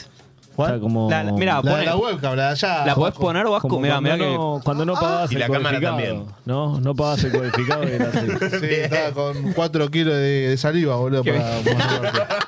[SPEAKER 2] O sea, como...
[SPEAKER 5] La- la- mirá, La de pone- la webcam, la de allá, ¿La podés Vasco. poner, Vasco?
[SPEAKER 2] Como
[SPEAKER 5] Mirá,
[SPEAKER 2] cuando
[SPEAKER 5] mirá que-
[SPEAKER 2] no, Cuando no pagabas
[SPEAKER 5] Ah, Y
[SPEAKER 2] el
[SPEAKER 5] la cámara
[SPEAKER 2] codificado,
[SPEAKER 5] también.
[SPEAKER 2] No, no pagabas el codificado y era así.
[SPEAKER 3] Sí, estaba con 4 kilos de, de saliva, boludo.
[SPEAKER 2] Qué
[SPEAKER 3] para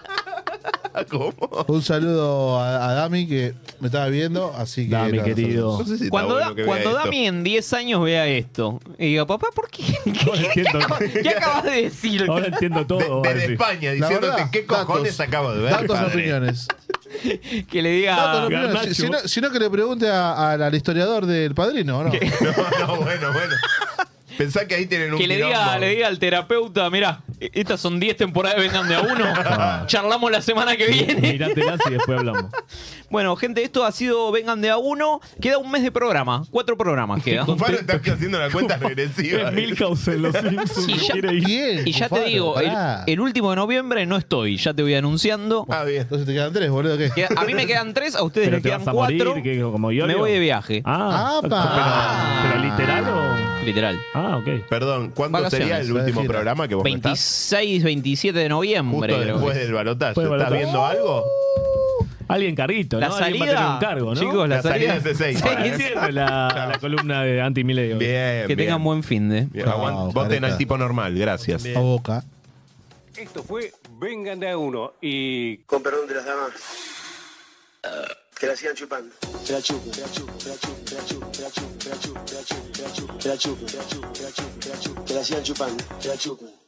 [SPEAKER 3] ¿Cómo? Un saludo a, a Dami que me estaba viendo, así que.
[SPEAKER 2] Dami,
[SPEAKER 3] nada,
[SPEAKER 2] querido.
[SPEAKER 3] saludos.
[SPEAKER 5] cuando da- cuando Dami en 10 años vea esto y diga, papá, ¿por qué? ¿Qué,
[SPEAKER 2] entiendo.
[SPEAKER 5] acabas- qué acabas de decir?
[SPEAKER 2] Ahora entiendo todo.
[SPEAKER 4] Desde España, diciéndote qué cojones
[SPEAKER 3] datos,
[SPEAKER 4] acabo de ver.
[SPEAKER 3] datos y
[SPEAKER 4] padre.
[SPEAKER 3] opiniones.
[SPEAKER 5] Ah, Que le diga.
[SPEAKER 3] Datos y opiniones. Si- Si, no, si no, que le pregunte a- al al historiador del padrino, ¿o ¿no?
[SPEAKER 4] No, no, bueno, bueno. Pensá que ahí tienen un
[SPEAKER 5] Que le diga,
[SPEAKER 4] quilombo.
[SPEAKER 5] le diga al terapeuta, mira, estas son 10 temporadas, vengan de a uno. Charlamos la semana que viene.
[SPEAKER 2] Mirátelas y después hablamos.
[SPEAKER 5] Bueno, gente, esto ha sido Vengan de a uno. Queda un mes de programa. Cuatro programas queda.
[SPEAKER 4] Cufaro está haciendo la cuenta regresiva.
[SPEAKER 5] Es Milhouse en Los Simpsons,
[SPEAKER 2] Y
[SPEAKER 5] no
[SPEAKER 2] ya-
[SPEAKER 5] quiere ir. Y ya te
[SPEAKER 2] Cufaro,
[SPEAKER 5] digo, el,
[SPEAKER 2] pará.
[SPEAKER 5] el último de noviembre no estoy, ya te voy anunciando.
[SPEAKER 4] Ah, bien.
[SPEAKER 3] Entonces te quedan tres, boludo. ¿qué?
[SPEAKER 5] A mí me quedan tres, a ustedes
[SPEAKER 2] Pero
[SPEAKER 5] les
[SPEAKER 2] te
[SPEAKER 5] quedan
[SPEAKER 2] vas a morir,
[SPEAKER 5] cuatro.
[SPEAKER 2] que como yo,
[SPEAKER 5] me
[SPEAKER 2] yo.
[SPEAKER 5] voy de viaje.
[SPEAKER 2] Ah,
[SPEAKER 5] Ah.
[SPEAKER 2] pero, pero literal
[SPEAKER 5] o. Literal.
[SPEAKER 2] Ah, ok.
[SPEAKER 4] Perdón, ¿cuándo
[SPEAKER 5] Vacaciones.
[SPEAKER 4] sería el último programa que vos no estás?
[SPEAKER 5] 26, 27 de noviembre.
[SPEAKER 4] Justo
[SPEAKER 5] creo
[SPEAKER 4] después
[SPEAKER 5] que es.
[SPEAKER 4] del balotaje.
[SPEAKER 5] Después del
[SPEAKER 4] ¿Estás
[SPEAKER 5] balotaje.
[SPEAKER 4] viendo algo?
[SPEAKER 2] Alguien carguito,
[SPEAKER 5] La
[SPEAKER 2] ¿no? Alguien va a tener
[SPEAKER 5] salida,
[SPEAKER 2] un cargo, ¿no?
[SPEAKER 5] chicos, la La salida-
[SPEAKER 4] salida es de seis.
[SPEAKER 2] Seguí siendo la, la columna de anti Mileo.
[SPEAKER 4] Bien.
[SPEAKER 5] Que tengan buen fin de.
[SPEAKER 4] Bien, aguante.
[SPEAKER 3] Chao,
[SPEAKER 4] Voten
[SPEAKER 3] careta.
[SPEAKER 4] al tipo normal, gracias.
[SPEAKER 3] A boca.
[SPEAKER 10] Esto fue Vengan de a uno y
[SPEAKER 11] Con perdón de las damas. Ah, Que la sigan chupando. Te la chupo, te la chupo, te la chupo, te la chupo, te la chupo, te la chupo, te la chupo, te la chupo, te la chupo, te la chupo, te la chupo, te la chupo. Que la sigan chupando. Te la chupo.